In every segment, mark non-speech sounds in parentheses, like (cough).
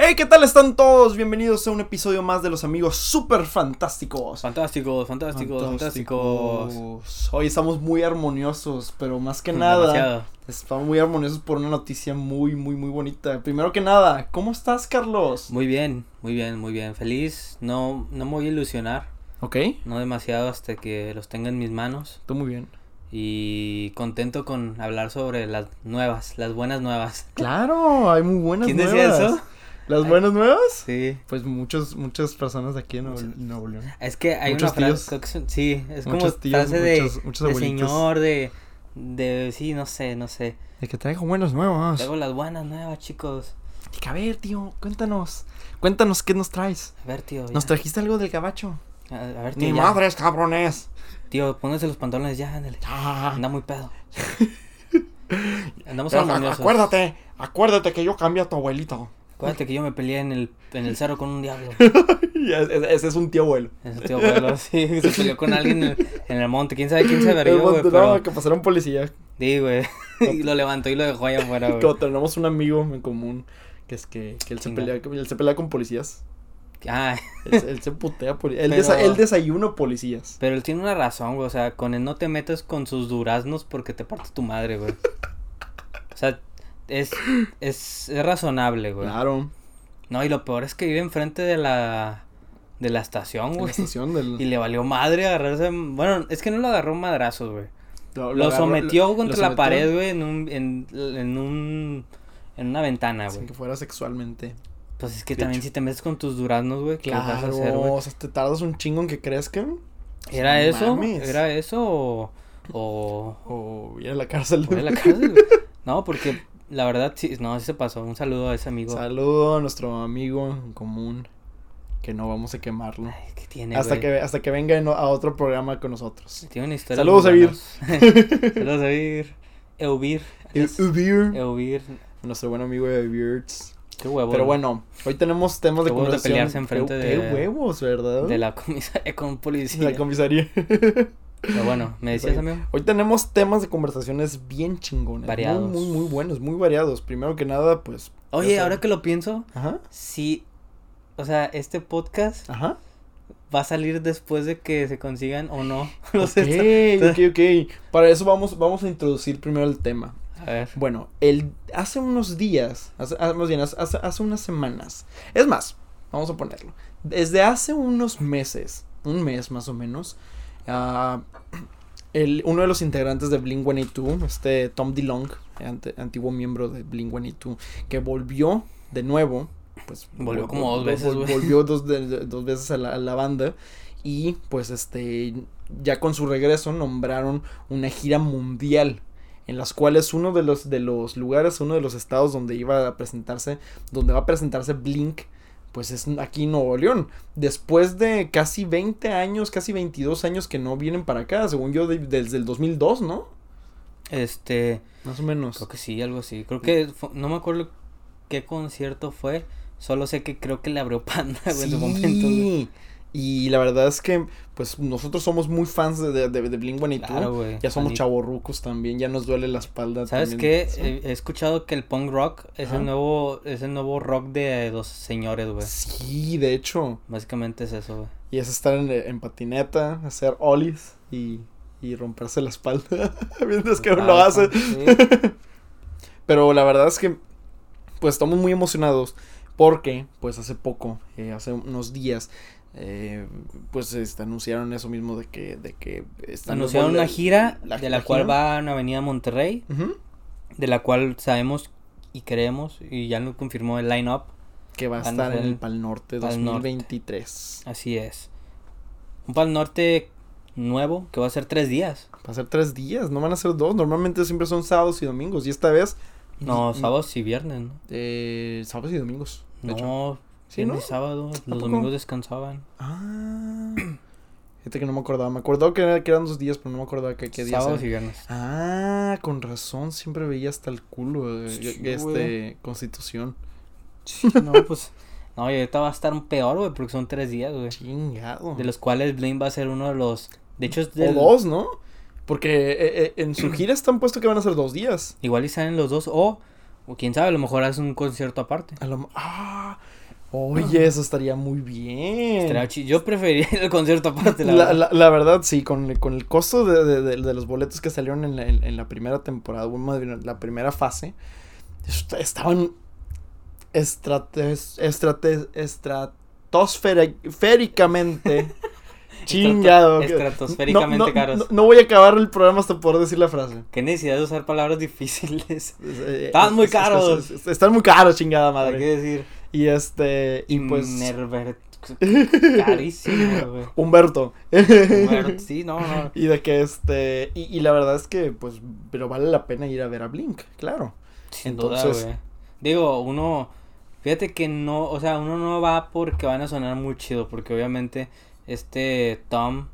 Hey, ¿qué tal están todos? Bienvenidos a un episodio más de Los Amigos Super Fantásticos. Fantásticos, fantásticos, fantásticos. Hoy estamos muy armoniosos, pero más que nada, Demasiado. estamos muy armoniosos por una noticia muy, muy, muy bonita. Primero que nada, ¿cómo estás, Carlos? Muy bien, muy bien, muy bien. Feliz. No, no me voy a ilusionar. Ok, No demasiado hasta que los tenga en mis manos. tú muy bien. Y contento con hablar sobre las nuevas, las (laughs) buenas nuevas. Claro, hay muy buenas ¿Quién nuevas. decía eso? ¿Las buenas nuevas? Sí. Pues muchos, muchas personas de aquí en Nuevo- Muchas- Nuevo León. Es que hay Muchos una frase. tíos. creo que son- sí, es como Muchos tíos, frase de, muchos- muchos de abuelitos. señor, de. De, sí, no sé, no sé. De que traigo buenas nuevas. Luego las buenas nuevas, chicos. De que, a ver, tío, cuéntanos. Cuéntanos qué nos traes. A ver, tío. ya. ¿Nos trajiste algo del gabacho? a, a ver, tío. Ni ya. madres, cabrones. Tío, pónganse los pantalones ya, ándale. Ah. Anda muy pedo. Andamos Pero, armoniosos. acuérdate, acuérdate que yo cambié a tu (laughs) abuelito. Acuérdate que yo me peleé en el, en el cerro con un diablo. Ese es un tío abuelo. Ese tío abuelo, (laughs) sí, se peleó con alguien en el, en el monte. ¿Quién sabe (laughs) quién se averió, güey? Pero, que pasaron policía. sí, güey. (laughs) Y lo levantó y lo dejó allá afuera, Como güey. tenemos un amigo en común que es que, que él, se Chinga. pelea, que él se pelea con policías. Ah, Él, él se putea policías. Él, Pero- desa- él desayuno policías. pero él tiene una razón, güey. O sea, con él no te metas con sus duraznos porque te parte tu madre, güey. O sea, es, es, es razonable, güey. Claro. No, y lo peor es que vive enfrente de la, de la estación, En la güey. estación del. Y le valió madre agarrarse. Bueno, es que no lo agarró madrazos, güey. lo- Lo agarró- sometió lo- contra lo la sometió pared, güey, en un, en, en un, en una ventana, Sin güey. que fuera sexualmente. Pues es que de también hecho. si te metes con tus duraznos, güey, ¿qué vas a hacer, Claro. güey? O sea, te tardas un chingo en que crezcan. ¿Era No eso? mames. ¿Era eso o, o, (laughs) O ir a la cárcel. o era la cárcel, güey? No, porque la verdad sí, no, sí se pasó. Un saludo a ese amigo. Saludo a nuestro amigo en común. Que no vamos a quemarlo. Ay, ¿Qué tiene, Hasta güey? que, hasta que venga en- a otro programa con nosotros. Eh, Tiene una historia. Saludos, muy Evir. buenas. (laughs) Saludos, Evir. (laughs) Eubir. El Ubir. Eubir. eh, Nuestro buen amigo de Beards. Qué huevo. Pero güey. bueno, hoy tenemos temas de Qué huevos de conversación. pelearse enfrente Qué- de- Qué huevos, ¿verdad? De la comisaría (laughs) con un De policía. la comisaría. (laughs) Pero bueno, me decías, Oye, amigo. Hoy tenemos temas de conversaciones bien chingones. muy, Variados. Muy, muy, buenos, muy variados. Primero que nada, pues. ya Oye, saben. ahora que lo pienso, Ajá. sí. O sea, este podcast Ajá. va a salir después de que se consigan o (laughs) no (laughs) los Ok, esta- ok, ok. Para eso vamos, vamos a introducir primero el tema. A ver. Bueno, el, hace unos días, hace, ah, más bien, hace, hace- hace unas semanas. Es más, vamos a ponerlo. Desde hace unos meses, un mes más o menos, ah, el, uno de los integrantes de Blink-182, este Tom DeLong, ante- antiguo miembro de Blink-182, que volvió de nuevo, pues... Volvió vol- como dos vol- veces, vol- güey. Volvió (laughs) dos, de- de- dos veces a la, a la banda y pues este, ya con su regreso nombraron una gira mundial en las cuales uno de los, de los lugares, uno de los estados donde iba a presentarse, donde va a presentarse Blink, pues es aquí en Nuevo León. Después de casi 20 años, casi 22 años que no vienen para acá, según yo, de- desde el 2002, ¿no? Este. Más o menos. (laughs) Creo que sí, algo así. Creo que. fu- no me acuerdo qué concierto fue. Solo sé que creo que le abrió (laughs) Panda, güey, en su momento, güey. Sí. Y la verdad es que, pues, nosotros somos muy fans de, de, de, Blink One Claro, güey. Ya somos Ani- chavorrucos también, ya nos duele la espalda. ¿Sabes también, qué? Eh, ¿sí? He, he escuchado que el punk rock es Ajá. el nuevo es el nuevo rock de los señores, güey. Sí, de hecho. Básicamente es eso, güey. Y es estar en, en patineta, hacer ollies y, y romperse la espalda. (laughs) Mientras que uno lo Ah, hace. (laughs) sí. Pero la verdad es que, pues estamos muy emocionados porque, pues hace poco, eh, hace unos días, eh, pues este, anunciaron eso mismo de que, de que están Anunciaron vol- una gira la- de la la cual gira. van a venir a Monterrey, Ujú, de la cual sabemos y creemos y ya nos confirmó el line-up. que va a Van a estar en hacer el el Pal Norte Pal Norte. 2023. Así es. Un Pal Norte nuevo que va a ser tres días. Va a ser tres días, no van a ser dos. Normalmente siempre son sábados y domingos. Y esta vez, No, Mm, mm. sábados y viernes, ¿no? eh, sábados y domingos. de hecho. No, ¿Sí, viernes no? y sábado, los poco? domingos descansaban. Ah. Fíjate que no me acordaba. Me acordaba que, era- que eran dos días, pero no me acordaba que qué días. sábados eran. (laughs) y viernes. Ah, con razón, siempre veía hasta el culo eh, Sí, este güey. Constitución. No, pues, no, y ahorita va a estar peor, güey, porque son tres días, güey. Chingado. De los cuales Blame va a ser uno de los... De hecho, es Oh. O del... dos, ¿no? Porque eh, eh, en su gira están puesto que van a ser dos días. Igual y salen los dos o... O quién sabe, a lo mejor hace un concierto aparte. A lo m- ah, Oye, eso estaría muy bien. Estaría chi- Yo preferiría (laughs) el concierto aparte, la, La, verdad. la- la verdad, sí, con, el- con el costo de, de- de- de los boletos que salieron en la, en- en la primera temporada, o más bien en la primera fase, est- estaban estrates- estrate- (laughs) estratosféricamente chingado. que- estratosféricamente no, no, caros. No, no voy a acabar el programa hasta poder decir la frase. Qué necesidad de usar palabras difíciles. (laughs) Es- eh, Estaban muy es- es- es- caros. es- están muy caros, chingada Hay que madre. decir. Y este, y pues, (laughs) Nerver- Carísimo, güey. Humberto. Humberto, Sí, no, no. Y de que este. Y, y la verdad es que, pues, pero vale la pena ir a ver a Blink, claro. Sin Entonces- duda, güey. Digo, uno. Fíjate que no. O sea, uno no va porque van a sonar muy chido. Porque obviamente este Tom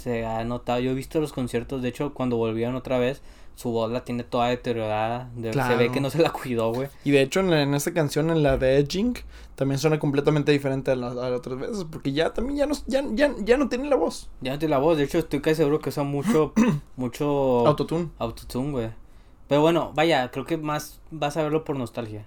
se ha notado. Yo he visto los conciertos. De hecho, cuando volvieron otra vez, su voz la tiene toda deteriorada. de- Se ve Claro. que no se la cuidó, güey. Y de hecho, en, la- en esta canción, en la de Edging, también suena completamente diferente a las a las otras veces, porque ya también ya no, ya, ya, ya no tiene la voz. Ya no tiene la voz. De hecho, estoy casi seguro que (coughs) usa mucho. mucho. Autotune. Autotune, güey. Pero bueno, vaya, creo que más vas a verlo por nostalgia.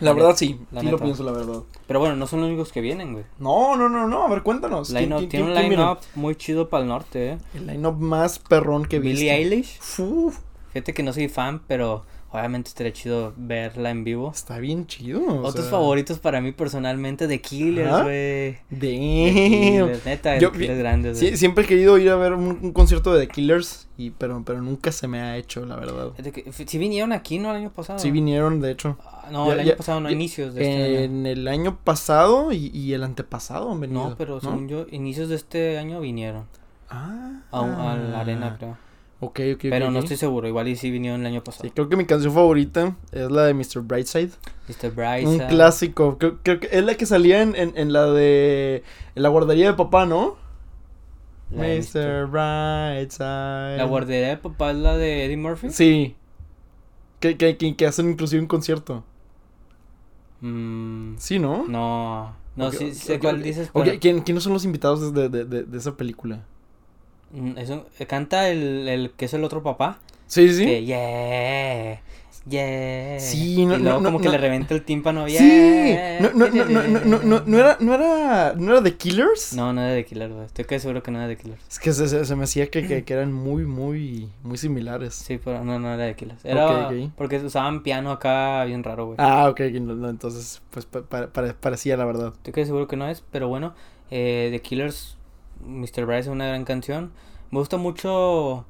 La La verdad, neta, sí. la sí lo neta. pienso, la verdad. Pero bueno, no son los únicos que vienen, güey. No, no, no, no. A ver, cuéntanos. Pues, ¿quién- Line-up- quién- tiene un quién viene? line-up muy chido para el norte, eh. El line-up más perrón que he visto. Billie Eilish. Fu, Fíjate que no soy fan, pero obviamente estaría chido verla en vivo. está bien chido. o Otros sea. favoritos para mí personalmente, The Killers, Ajá. güey. (laughs) The Damn. Killers, neta, Yo- The Killers grandes, Sí, güey. siempre he querido ir a ver un, un concierto de The Killers, y, pero, pero nunca se me ha hecho, la verdad. Fíjate que- f- Sí vinieron aquí, ¿no? El año pasado. Sí vinieron, de hecho. Ah, no, Ya- eh, el año ya- pasado, no, ya- inicios de este año. En el año pasado y, y el antepasado han venido. No, pero según yo, inicios de este año vinieron. Ah. A, a la arena, creo. Ok, ok, ok, Pero no ok. estoy seguro, igual y sí vinieron el año pasado. Sí, creo que mi canción favorita es la de Mr. Brightside. Mr. Bryce. Un clásico. Creo, creo que es la que salía en, en- en la de. En la guardería de papá, ¿no? Mr. Brightside. La guardería de papá es la de Eddie Murphy. Sí. Que, que, que, que hacen inclusive un concierto. Mm, Sí, ¿no? no. No, Ok, sí, ok, sé ok, cuál ok. dices, Ok, pero- ¿quién- ¿quiénos son los invitados de, de- de- de esa película? Mm, es un- canta el, el que es el otro papá. Sí, sí. Que, yeah. Yeah. Sí, no- y luego no- como no- que le no. reventa el tímpano. Sí, yeah. no, no, no, no, no, no, no era, no era, no era de Killers. No, no era de Killers, güey. Estoy casi seguro que no era de Killers. Es que se, se- se me hacía que, que, que eran muy, muy, muy similares. Sí, pero no, no era de Killers. Era Ok, ok. porque usaban piano acá bien raro, güey. Ah, ok, que no- no, entonces, pues pa- pa- pare- parecía la verdad. Estoy casi seguro que no es, pero bueno, eh, The Killers, Mr. Bryce es una gran canción. Me gusta mucho.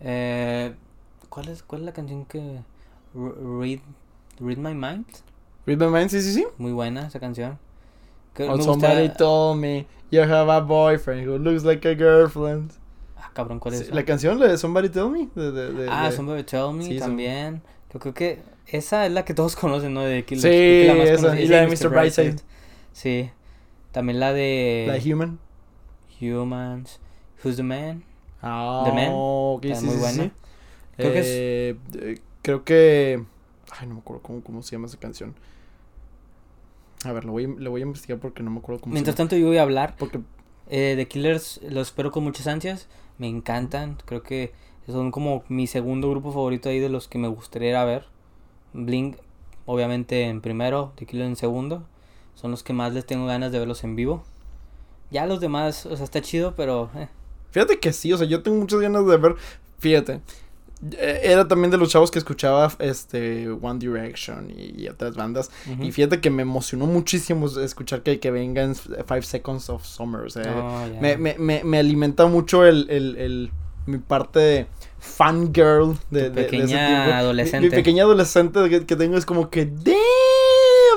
eh, ¿cuál, es, ¿Cuál es la canción que. Re- Read, Read My Mind? Read my mind, sí, sí, sí. Muy buena esa canción. Que Oh, me somebody gusta. told me you have a boyfriend who looks like a girlfriend. Ah, cabrón, ¿cuál Sí, es? esa? la canción la de Somebody Tell Me. de- de- de- ah, de- Somebody Tell Me Sí, son- también. Yo creo que esa es la que todos (laughs) conocen, ¿no? De The Killers. Sí, creo que más esa, conocida, y la de sí, Mr. Brightside. Sí. También la de la de Human. Humans. Who's the Man? Ah, The Man, ok, está sí, muy sí, buena. sí. Creo que es- Eh, eh, creo que. Ay, no me acuerdo cómo, cómo se llama esa canción. A ver, lo voy, a- lo voy a investigar porque no me acuerdo cómo Mientras se llama. tanto, yo voy a hablar. Porque Eh, The Killers los espero con muchas ansias. Me encantan. Creo que son como mi segundo grupo favorito ahí de los que me gustaría ir a ver. Blink, obviamente, en primero. The Killers en segundo. Son los que más les tengo ganas de verlos en vivo. Ya los demás, o sea, está chido, pero. eh, Fíjate que sí, o sea, yo tengo muchas ganas de ver. Fíjate. eh, Era también de los chavos que escuchaba este One Direction y, y otras bandas. ujú. Y fíjate que me emocionó muchísimo escuchar que, que vengan Five Seconds of Summer. O sea, No, ya. me, me, me, me alimenta mucho el, el, el- mi parte fangirl de, de, Tu de ese pequeña tiempo. Mi- Mi, adolescente. pequeña adolescente que, que tengo es como que ¡Damn!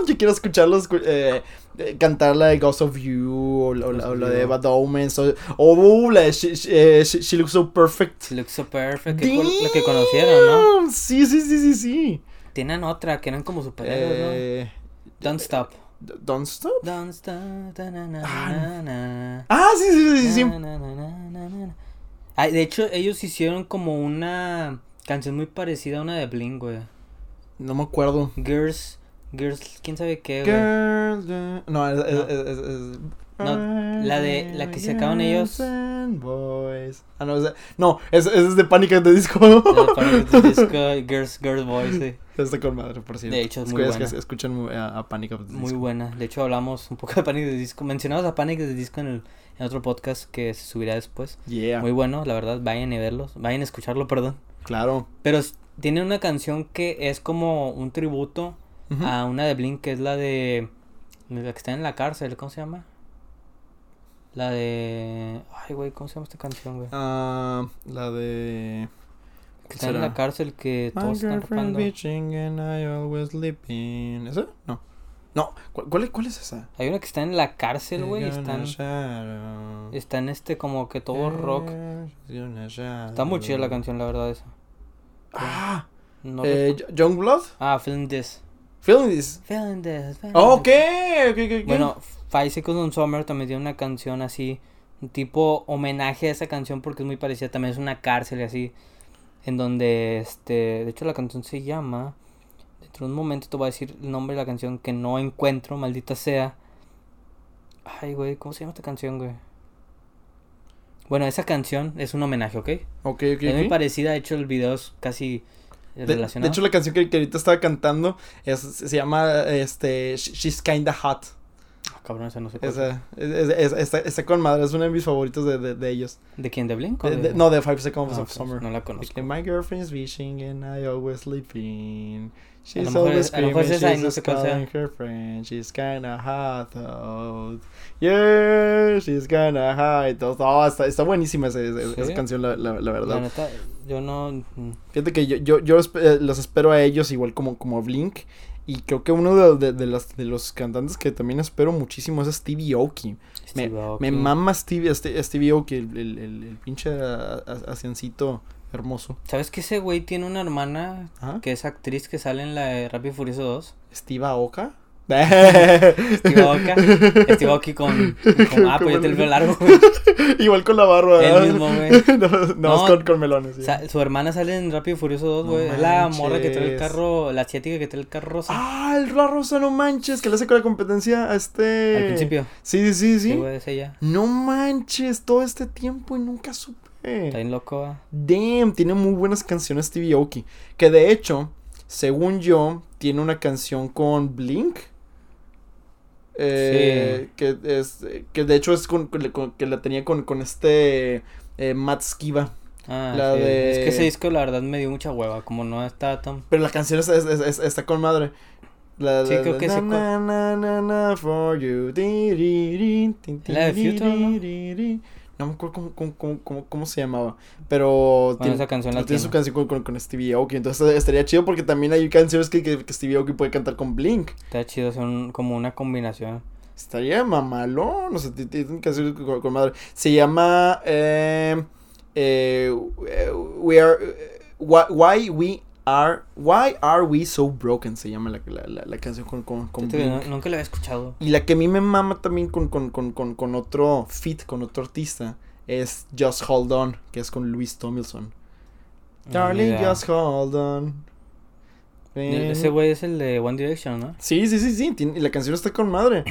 Yo quiero escucharlos escu- eh, eh, cantar la de Ghost of You o, la- o la- o la de Eva Domens o, o uh, la de she, She- eh, She- She Looks So Perfect. She Looks So Perfect, que fue lo que conocieron, ¿no? Damn, Sí, sí, sí, sí, sí. Tienen otra que eran como superhéroes, Eh, ¿no? Don't Stop. Don't Stop. Don't Stop. ta, na, na, Ah, na, na. Ah, sí, sí, sí, sí. sí. Na, na, na, na, na, na, na. Ay, de hecho, ellos hicieron como una canción muy parecida a una de Blink, güey. No me acuerdo. Girls, Girls, quién sabe qué, güey. Girls, uh, no, es, es- es- es- es- No, la de- la que sacaron ellos. Girls and boys. Ah, no, esa, no, esa- esa es de Pánica de Disco. (laughs) La de Panic! At the Disco, Girls, Girls Boys, sí. Está con madre, por cierto. De hecho, es muy Escuchas que buena. Escuchan mu- a, a Panic! at the Muy Disco. buena. De hecho, hablamos un poco de Panic! de Disco. Mencionamos a Panic! de Disco en, el, en otro podcast que se subirá después. Yeah, Muy bueno, la verdad. Vayan y verlos. Vayan a escucharlo, perdón. claro. Pero s- tiene una canción que es como un tributo Ujú. a una de Blink, que es la de. La que está en la cárcel, ¿cómo se llama? La de. Ay, güey, ¿cómo se llama esta canción, güey? Ah, la de... que ¿Qué está en será? la cárcel que My todos están girlfriend rapando. bitching and I always sleeping. ¿Esa? No. No. ¿Cuál, cuál, es- cuál es esa? Hay una que está en la cárcel, güey, y están. Están este como que Eh, todo rock. Está muy chida la canción, la verdad, esa. Ah, No eh, recu- Young Blood. Ah, Feeling This. Feeling this. Feeling This. feeling Oh, ok, this. ok, ok, ok. Bueno, Five Seconds on Summer también tiene una canción así, un tipo homenaje a esa canción porque es muy parecida. También es una cárcel y así, en donde, este, de hecho la canción se llama, dentro de un momento te voy a decir el nombre de la canción que no encuentro, maldita sea. Ay, güey, ¿cómo se llama esta canción, güey? Bueno, esa canción es un homenaje, ¿ok? Ok, ok, Es muy ok. parecida, de hecho el video es casi eh, De, de relacionado. hecho, la canción que, que ahorita estaba cantando es- se llama este, She- She's Kinda Hot. Ah, cabrón, esa no sé cuál es. Esa, es, es- es- está, está con madre, es uno de mis favoritos de, de, de ellos. ¿De quién? ¿De Blink? o De- de- de- no, de Five Ah, Seconds ok, of Summer. No la Like, conozco. My girlfriend's wishing and I always sleeping. lo She's mejor always es- a lo mejor screaming, es esa y she's no just sé cuál sea. calling her friend. She's kinda hot though. Yeah, she's kinda hot. Entonces, oh, está, está buenísima esa, esa- Sí. esa canción, la, la, la verdad. La neta, yo no. mm, Fíjate que yo, yo, yo esp- eh, los espero a ellos igual como, como a Blink. Y creo que uno de, de, de las- de los cantantes que también espero muchísimo es Stevie Aoki. Me, Steve Aoki. me mama Stevie, este- Stevie Aoki, el, el, el, el pinche a- a- asiancito hermoso. ¿Sabes que ese güey tiene una hermana Ajá. que es actriz que sale en la de Rápido y Furioso 2? Steve (laughs) Aoka. Steve Aoki. Steve (laughs) Aoki con. con- ah, pues yo te lo veo largo, güey. Igual con la barba. El ¿verdad? mismo, güey. (laughs) no, nada No. más con, con melones. sí. Sa- su hermana sale en Rápido y Furioso 2, No güey. es la manches. morra que trae el carro, la asiática que trae el carro rosa. Ah, el La Rosa, no manches, que le hace con la competencia a este. Al principio. Sí, sí, sí, sí. Sí, güey, es ella. no manches, todo este tiempo y nunca Está supe. bien loco, ah. Damn, tiene muy buenas canciones Stevie Aoki. Que de hecho, según yo, tiene una canción con Blink. Eh, que, es, que de hecho es con, con- con- que la tenía con, con este eh, Matt Skiba. Ah, La sí. de- Es que ese disco, la verdad, me dio mucha hueva. Como no estaba tan. Pero la canción es- es- es- es- está con madre. La, Sí, la- creo la- que na, sí, cu- na, na, na, na, for you. Di, ri, ri, tin, ¿Es la de tin, Future, ri, no? ri, ri. No me acuerdo cómo, cómo, cómo, cómo, cómo se llamaba. Pero Bueno, esa canción la tiene su tiene. canción con, con, con Stevie Aoki. Entonces estaría chido porque también hay canciones que, que, que Stevie Aoki puede cantar con Blink. Está chido, son como una combinación. Estaría mamalón. No sé, ti- ti- tienen canciones con, con madre. Se llama. eh, eh, we are. eh, why, why we are. Why are we so broken? Se llama la, la, la, la canción con, con, con Fíjate que no- Blink. Este nunca la había escuchado. Y la que a mí me mama también con, con, con, con, con otro fit, con otro artista, es Just Hold On, que es con Luis Tomilson. No, ni Darling, idea. just hold on. E- Ese güey es el de One Direction, ¿no? Sí, sí, sí, sí. tiene- y la canción está con (clears throat) madre.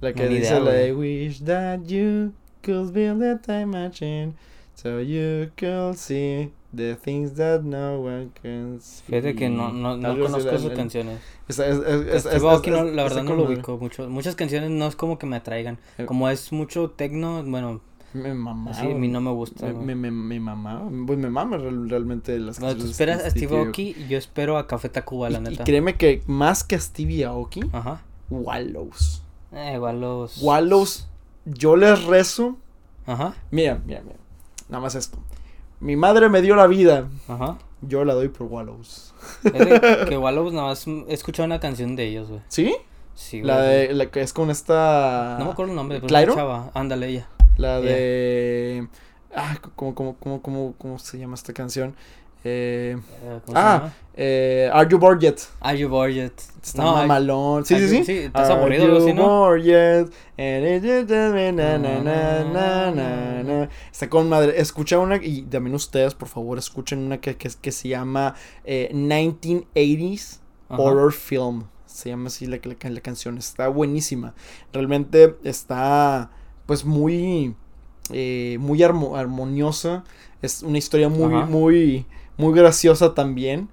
La que No, ni dice idea, la de, güey. I wish that you could build a time machine so you could see the things that no one can see. Fíjate que no, no, no Algo así, conozco la- sus la- canciones. Esa- es- es- es- es- Steve Aoki es- no- es- está la verdad no con lo madre. ubico mucho. Muchas canciones no es como que me atraigan. Eh. Como es mucho tecno, bueno, Me mamaba. así a mí no me gusta. Me, güey. me, me, me mamaba. Pues me mama real- realmente las Bueno, tú canciones. esperas de a Steve Aoki. Aoki y yo espero a Café Tacuba, la Y, y neta. créeme que más que a Stevie Aoki, Ajá. Wallows. Eh, igual los... Wallows, yo les rezo. Ajá, Mira, mira, mira. Nada más esto. Mi madre me dio la vida. ajá. Yo la doy por Wallows. Fíjate que Wallows nada más he escuchado una canción de ellos, güey. ¿Sí? Sí, La güey. de la que es con esta. No me acuerdo el nombre, pero ¿Clairo? una chava. Ándale, ella. La de. Ah, ¿cómo, cómo, cómo, cómo, cómo se llama esta canción? Eh, Eh, ¿Cómo Ah. se llama? eh, Are You Bored Yet? Are You Bored Yet? Está No, I- mamalón. Sí, Are sí, sí. You- sí, estás Are aburrido, algo you así, ¿no? bored yet? And it just- na, na, na, na, na, na. Está con madre. Escucha una, y también ustedes, por favor, escuchen una que, que, que se llama eh, 1980s Ajá. Horror Film. Se llama así la, la, la canción. Está buenísima. Realmente está, pues, muy, eh, muy armo- armoniosa. Es una historia muy, Ajá. muy, muy graciosa también.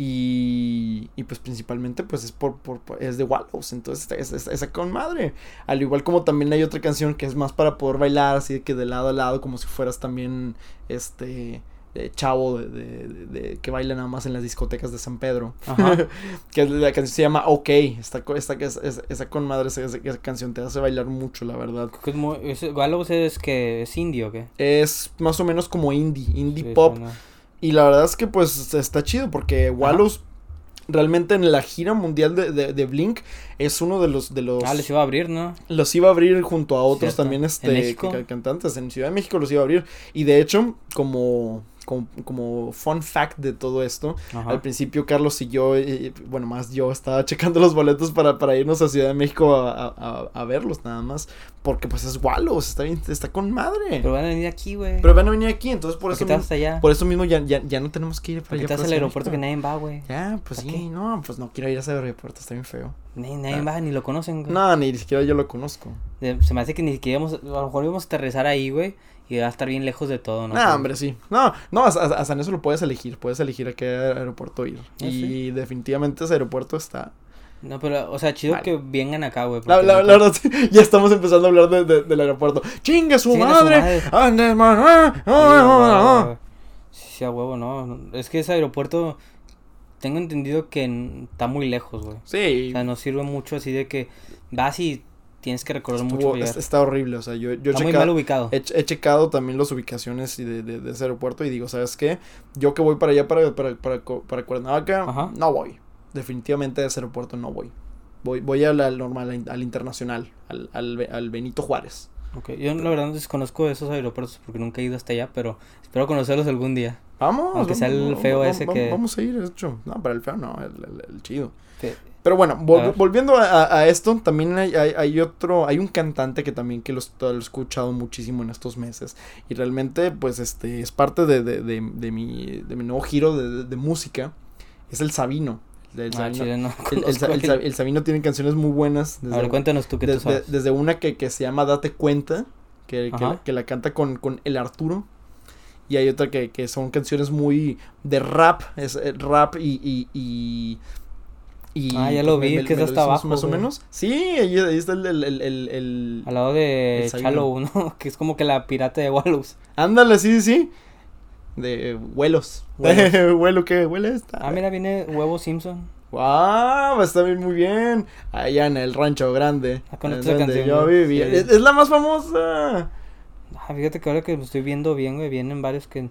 Y, y pues principalmente pues es por, por, por- es de Wallows, entonces está, está- está con madre. Al igual como también hay otra canción que es más para poder bailar así de que de lado a lado como si fueras también este eh, chavo de, de- de- de- que baila nada más en las discotecas de San Pedro. (laughs) Ajá. que es- la canción se llama OK, está, co- está, es- es- está con madre esa, esa- esa canción, te hace bailar mucho la verdad. Creo que es muy- es- Gallows es que es indio, ¿o ¿qué? Es más o menos como indie, indie Sí, pop. suena- Y la verdad es que pues está chido porque Wallows realmente en la gira mundial de, de- de Blink es uno de los de los Ah, les iba a abrir, ¿no? los iba a abrir junto a otros Cierto. también ¿En este México? ca- cantantes en Ciudad de México los iba a abrir y de hecho como como, como fun fact de todo esto, Ajá. al principio Carlos y yo, eh, bueno, más yo estaba (laughs) checando los boletos para, para irnos a Ciudad de México a, a- a- a verlos nada más, porque pues es Wallows, está bien, está con madre. Pero Pero, van a venir aquí, güey. van a venir aquí, entonces por ¿Para eso qué te mismo- vas hasta allá? por eso mismo ya, ya, ya no tenemos que ir para ¿Para qué allá. te vas para al Ciudad de aeropuerto que México. nadie va, güey? Ya, pues ¿Para sí, qué? no, pues no quiero ir a ese aeropuerto, está bien feo. Ni- Nadie Ah. va, ni lo conocen, güey. No, ni siquiera yo lo conozco. De- Se me hace que ni siquiera íbamos, a lo mejor íbamos a aterrizar ahí, güey, y va a estar bien lejos de todo, No, ¿no? hombre, sí. No, no, hasta, hasta- hasta en eso lo puedes elegir, puedes elegir a qué aeropuerto ir. Ah, y sí. definitivamente ese aeropuerto está... No, pero, o sea, chido Vale. que vengan acá, güey. La, porque la- neta- la verdad, (laughs) sí, ya estamos empezando a hablar de- de- del aeropuerto. ¡Chingue su Chinga su madre! madre. ¡Ande, man! ¡Ah! Sí, ¡Ah! ¡Ah! a huevo, Sí, sí, a huevo, no. Es que ese aeropuerto, tengo entendido que n- está muy lejos, güey. O Sí, sea, no sirve mucho así de que vas y tienes que recorrer mucho. estuvo- para es- llegar. está horrible, o sea, yo, yo he está muy checado- mal ubicado. He, he checado también las ubicaciones y de, de- de ese aeropuerto y digo, ¿sabes qué? Yo que voy para allá, para, para, para, Co- para Cuernavaca, Ajá. no voy. Definitivamente a ese aeropuerto no voy. Voy, voy al, al normal, al, al internacional, al, al, Be- al Benito Juárez. Ok, Yo la verdad desconozco esos aeropuertos porque nunca he ido hasta allá, pero espero conocerlos algún día. Vamos. Aunque sea el vamos, feo vamos, ese vamos, que- Vamos a ir, de hecho. No, para el feo no, el, el- el chido. Que- Pero bueno, vol- A ver. volviendo a, a- a esto, también hay, hay- hay otro, hay un cantante que también que lo, est- lo he escuchado muchísimo en estos meses y realmente pues este es parte de, de- de- de mi, de mi nuevo giro de, de- de música, es el Sabino. El, el Ah, Sabino, chile, no el- el Sa- conozco el el- Sa- el Sabino tiene canciones muy buenas. A ver, cuéntanos tú que tú desde- sabes. desde una que, que se llama Date Cuenta, que, que, Ajá. la, que la canta con, con el Arturo. Y hay otra que, que son canciones muy de rap, es eh, rap y... y, y y pues, Ah, ya lo me- vi, me- que me es lo hasta dices abajo, Más o güey. menos. Sí, ahí, ahí está el... el, el, el- el- Al lado de el Sabino. Chalo, ¿no? (laughs) Que es como que la pirata de Wallows. Ándale, sí, sí, sí. De eh, vuelos. (laughs) Vuelos. Vuelo que huele esta. Ah, mira, viene Huevo Simpson. ¡Wow! Está bien, muy bien. Allá en el rancho grande. Ah, conozco en esa donde canción, yo güey. vivía. Sí. Es, es la más famosa. Ah, fíjate que ahora que me estoy viendo bien, güey, vienen varios que...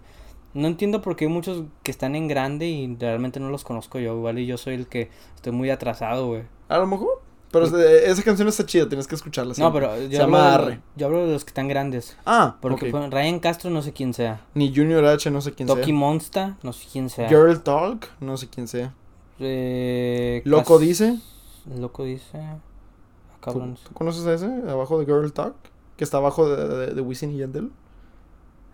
No entiendo por qué hay muchos que están en grande y realmente no los conozco yo, ¿vale? Yo soy el que estoy muy atrasado, güey. A lo mejor. Pero Sí. es- esa canción está chida, tienes que escucharla. No, siempre. pero yo, Se hablo llama de, Arre. yo hablo de los que están grandes. Ah, Porque ok. pues, Ryan Castro no sé quién sea. Ni Junior H, no sé quién Toki sea. Monsta, no sé quién sea. Girl Talk, no sé quién sea. Eh, Loco Cas- dice. Loco dice... Ah, ¿Tú, Cabrón. tú conoces a ese? Abajo de Girl Talk. Que está abajo de, de, de Wisin y Yandel.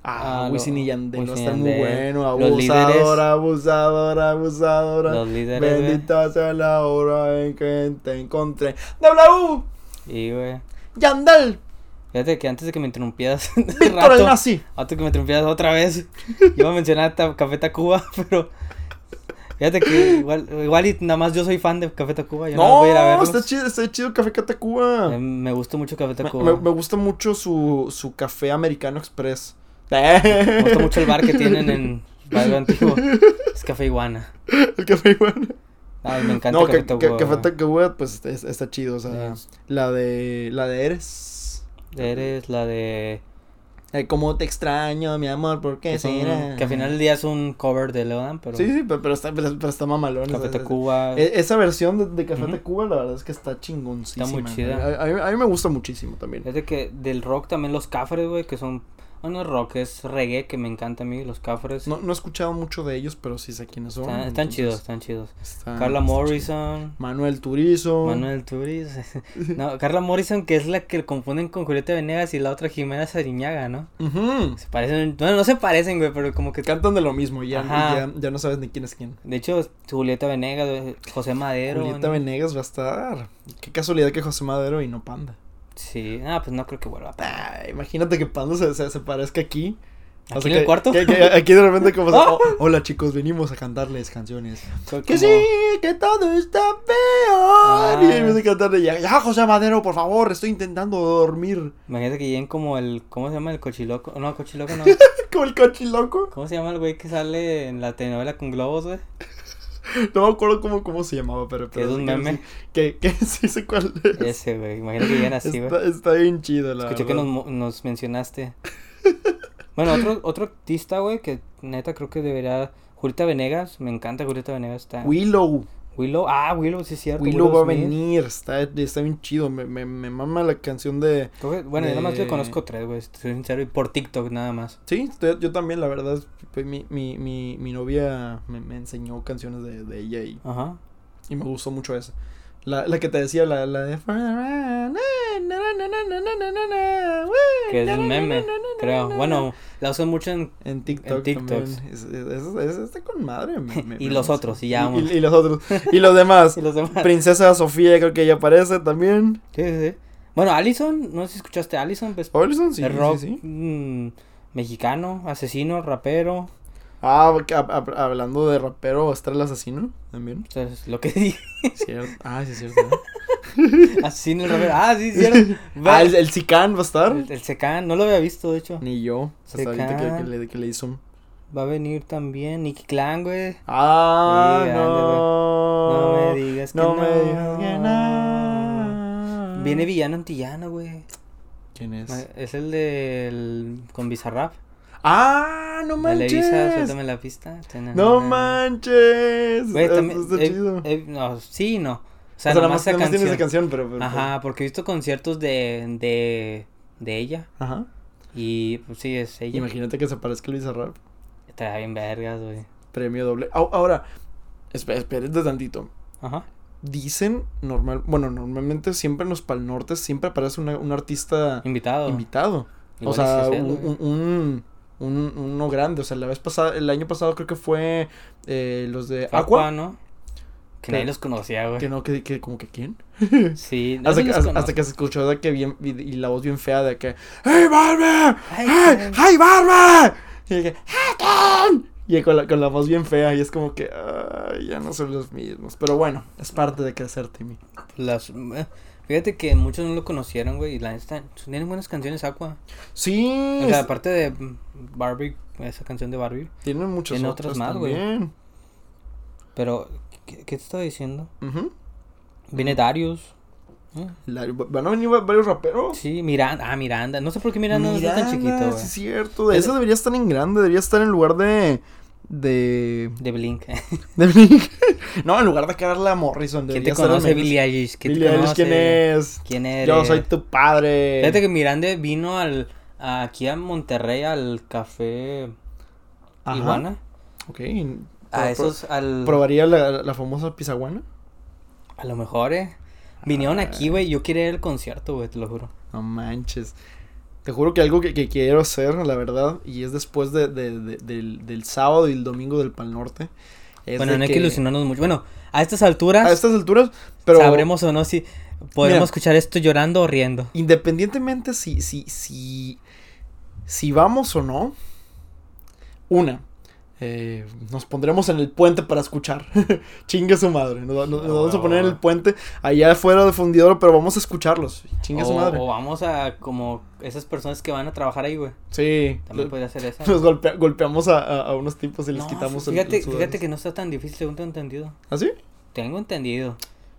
Ah, Ah, lo- Wisin y Yandel. Wisin y está muy Yandel. bueno. Los líderes. Abusador, abusador, abusadora. Los líderes, güey. Bendita sea la hora en que te encontré. ¡W! Y, güey... ¡Yandel! Fíjate que antes de que me interrumpieras (laughs) de ¡Víctor el rato, nazi! antes de que me interrumpieras otra vez, (laughs) iba a mencionar a Café Tacuba, (laughs) pero fíjate que igual, igual y nada más yo soy fan de Café Tacuba, yo no, No, voy a ir a verlos. está chido, está chido Café Catacuba. Eh, Me gusta mucho Café Me, Tacuba. me- me gusta mucho su, su café americano express. (laughs) Me gusta mucho el bar que tienen en Barrio Antiguo. Es Café Iguana. (laughs) El café iguana. Ay, me encanta No, Café que, que, Tacuba. café güey. Tacuba, pues es- está chido. O sea, Sí. la de. La de Eres. Eres la de... Eh, ¿Cómo te extraño, mi amor? ¿Por qué es un- será? que al final del día es un cover de Leodan, pero Sí, sí, pero, pero está, pero, pero está mamalón. Café o sea, Tacuba... e- Esa versión de, de Café Ujú. Tacuba, la verdad es que está chingoncísima. Está muy chida. A, a mí, a mí me gusta muchísimo también. Es de que del rock también los cafres, güey, que son... Bueno, no es rock, es reggae, que me encanta a mí, los cafres. No, no he escuchado mucho de ellos, pero sí sé quiénes son. Están, están entonces, chidos, están chidos. está- Carla Ah, está chido. Morrison, Manuel Turizo. (laughs) Manuel Turiz. no, Carla Morrison, que es la que confunden con Julieta Venegas y la otra Jimena Sariñaga, ¿no? Ujú. Se parecen, bueno, no se parecen, güey, pero como que. Cantan de lo mismo, ya, Ajá. ya, ya no sabes ni quién es quién. De hecho, Julieta Venegas, güey, José Madero. Julieta ¿no? Venegas va a estar. Qué casualidad que José Madero y no Panda. Sí, ah, pues no creo que vuelva. Ah, imagínate que Panda se, se, se parezca aquí ¿Aquí Así en el que- cuarto? que- que aquí de repente como... (laughs) Ah. "Oh, hola chicos, venimos a cantarles canciones. Fue Que como- sí, que todo está peor. Ah. Y empecé a cantarle ya, ya, José Madero, por favor, estoy intentando (laughs) dormir. Imagínate que lleguen como el. ¿Cómo se llama el cochiloco? No, cochiloco (laughs) no. Como el cochiloco. ¿Cómo se llama el güey que sale en la telenovela con globos, güey? No me acuerdo cómo, cómo se llamaba, pero... Que pero es un sí que meme. sí, Que, que sí sé cuál es. Ese, güey. Imagínate que lleguen así, güey. está, está bien chido, la Escuché que nos, verdad. mo- (laughs) nos mencionaste. Bueno, otro, otro artista, güey, que neta creo que debería. Julieta Venegas, me encanta Julieta Venegas. Está... Willow. Willow, ah, Willow, sí es cierto. Willow va a Smith. venir. Está, está bien chido. Me, me, me mama la canción de... Creo que- bueno, yo nada más le de- conozco tres, güey, soy sincero, y por TikTok nada más. Sí, estoy- yo también, la verdad, fue mi, mi, mi, mi novia me, me enseñó canciones de, de ella y, Ajá. y me gustó mucho esa. La, la que te decía, la, la de... Que es un meme, creo. Bueno, la usan mucho en. (laughs) En TikTok. en TikToks. también. Es- es- es- es- está con madre. me- me- (laughs) Y me los gusta. otros, y ya, Y- vamos. y, y los otros. Y los demás. (laughs) Y los demás. Princesa Sofía, creo que ella aparece también. Sí, sí, sí. Bueno, Allison, no sé si escuchaste Allison, pues. Olson, Oh, sí, el rock sí, sí. mm, mexicano, asesino, rapero. Ah, que hab- hab- hablando de rapero, está el asesino también. (laughs) o sea, es pues, lo que dije. Cierto. Ah, sí, es cierto. (laughs) ¿no? Asesino, rapero. Ah, sí, es cierto. Va- (laughs) Ah, el, el Sicán va a estar. El, el Secán, no lo había visto, de hecho. Ni yo. Hasta ahorita que, Secán. que le, que le hizo un- Va a venir también Nicky Clan, güey. Ah, Sí, ándale. no. No me digas que No no. me digas que no. Viene villano antillano, güey. ¿Quién es? Es el del. con Bizarrap. Ah, no Dale visa, manches. suéltame la pista. No manches manches. Güey, Eso también. está eh, chido. eh, no, sí, y no. O O sea, sea, nada nomás más, esa nada más tiene canción. esa canción, pero. pero- pues Ajá, porque he visto conciertos de. de. de ella. pero- Ajá. Y pues sí, es ella. Imagínate que se aparezca Luis Arrap. Está bien vergas, güey. Premio doble. Au- Ahora, espé- espérate tantito. Ajá. Dicen normal. Bueno, normalmente siempre en los Pal Norte siempre aparece una- un artista Invitado. invitado. Ah, O Igual sea, ese es él, un, güey. un- un- uno grande. O sea, la vez pasada, el año pasado creo que fue eh, los de Fue Aqua. Aqua, ¿no? Que Que- nadie los conocía, güey. Que no, que, que como que quién. (laughs) Sí, nadie Hasta que, hasta- los hasta conoce. que se escuchó de que bien, y, y la voz bien fea de que ¡Hey Barber! Ay, ¡Hey! caray. ¡Hey Barber! Y de que "Hakan". Y con la, con la voz bien fea y es como que "Ay, ya no son los mismos. Pero bueno, es parte de crecer, Timmy. Las- eh, Fíjate que muchos no lo conocieron, güey. Y la neta, tienen buenas canciones Aqua. Sí, O sea, es- aparte de mm, Barbie, esa canción de Barbie. tienen muchos tiene otros otras más, güey. también. Pero, ¿qué, qué te estaba diciendo? Ujú. Mm. Viene Darius. ¿eh? La- ¿Van a venir va- varios raperos? Sí, Miranda. Ah, Miranda. No sé por qué Miranda, no está tan chiquito, sí güey. es cierto. Es- Ese debería estar en grande, debería estar en lugar de... De... De Blink. (laughs) de (laughs) Blink. no, en lugar de Carla Morrison. ¿Quién debería te estar al conoce, menos- Billie Eilish? ¿Quién Billie te Eilish, conoce? ¿quién es? ¿Quién eres? Yo soy tu padre. Fíjate que Miranda vino al, a- aquí a Monterrey al café Ajá. Iguana. Ok. A Pro- esos, al... pro- ¿Probaría la, la famosa pizaguana? A lo mejor, eh. Vinieron Ah. aquí, güey. Yo quería ir al concierto, güey, te lo juro. No manches. Te juro que algo que, que quiero hacer, la verdad, y es después de, de- de- del, del sábado y el domingo del Pal Norte. es bueno, de no hay que ilusionarnos mucho. Bueno, a estas alturas A estas alturas, pero. sabremos o no si podremos Mira. escuchar esto llorando o riendo. Independientemente si, si, si, si vamos o no, una, eh, nos pondremos en el puente para escuchar. (laughs) Chingue su madre. Nos, nos- nos vamos a poner Ah. en el puente allá afuera del fundidor, pero vamos a escucharlos. Chingue o, su madre. o vamos a como esas personas que van a trabajar ahí, güey. Sí. También podría ser esa. (laughs) Nos golpea- golpeamos a, a- a unos tipos y Pues, les No, quitamos el- fíjate, el sudor. fíjate que no está tan difícil, según tengo entendido. ¿Ah, sí? Tengo entendido.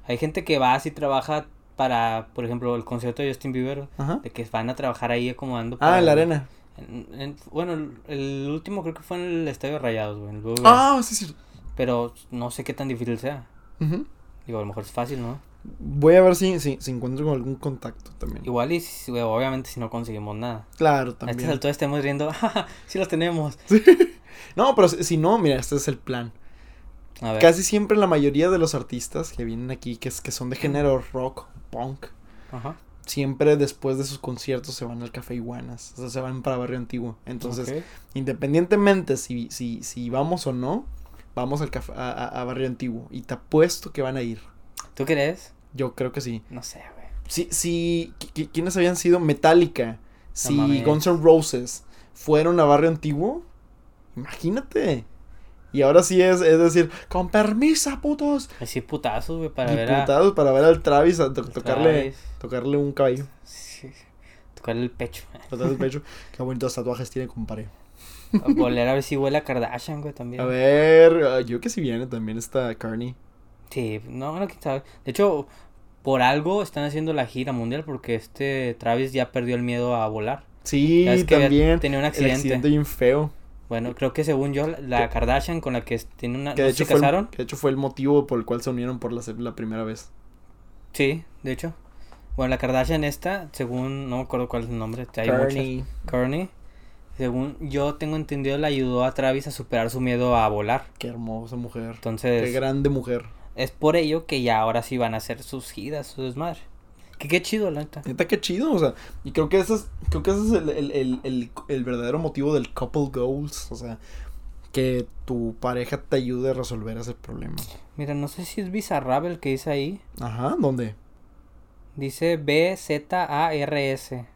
Hay gente que va así trabaja para, por ejemplo, el concierto de Justin Bieber, Ajá. de que van a trabajar ahí acomodando. Ah, para- en la arena. en- en- bueno, el, el último creo que fue en el Estadio Rayados, güey. en el BBVA. Ah, sí, sí. Pero no sé qué tan difícil sea. Ujú. Digo, a lo mejor es fácil, ¿no? Voy a ver si, si, si encuentro con algún contacto también. Igual y si- güey, obviamente si no conseguimos nada. Claro, A estas también. alturas estamos riendo, (laughs) "Ah, "Ja, ja, sí los tenemos. No, pero si- si no, mira, este es el plan. A ver, Casi siempre la mayoría de los artistas que vienen aquí, que, es, que son de género rock, punk, ajá. siempre después de sus conciertos se van al Café Iguanas, o sea, se van para Barrio Antiguo. Entonces, Ok. independientemente si, si, si vamos o no, vamos al café, a, a- a Barrio Antiguo. Y te apuesto que van a ir. ¿Tú crees? Yo creo que sí. No sé, güey. Si, si, qui- qui- ¿Quiénes habían sido? Metallica, si mames. Guns N' Roses, fueron a Barrio Antiguo. Imagínate. Y ahora sí es, es decir, con permiso, putos. Así putazos, güey, para Y ver a... putados para ver al Travis a to- tocarle, Travis. tocarle un cabello, Sí, sí. Tocarle el pecho. tocarle el pecho. (laughs) Qué bonitos tatuajes tiene, compadre. A Volver a ver si huele a Kardashian, güey, también. A ver, ah, yo que si viene también está Carney. Sí, no, no, quién sabe. De hecho, por algo están haciendo la gira mundial porque este Travis ya perdió el miedo a volar. Sí, Ya ves que había- también. tenía un El accidente accidente. bien feo. Bueno, creo que según yo, la Kardashian con la que tiene una, Que ¿no de, se hecho fue el, casaron. que de hecho fue el motivo por el cual se unieron por la, se- la primera vez. Sí, de hecho. Bueno, la Kardashian esta, según, no me acuerdo cuál es el nombre, hay muchas. Carney. Kourtney, según yo tengo entendido, le ayudó a Travis a superar su miedo a volar. Qué hermosa mujer. Qué Entonces, grande mujer. es por ello que ya ahora sí van a hacer sus giras, su desmadre. Que qué chido, la neta. Neta, qué chido, o sea, y creo que ese es, creo que ese es el, el, el, el, el verdadero motivo del couple goals, o sea, que tu pareja te ayude a resolver ese problema. Mira, no sé si es Bizarrap el que dice ahí. Ajá, ¿dónde? Dice B-Z-A-R-S.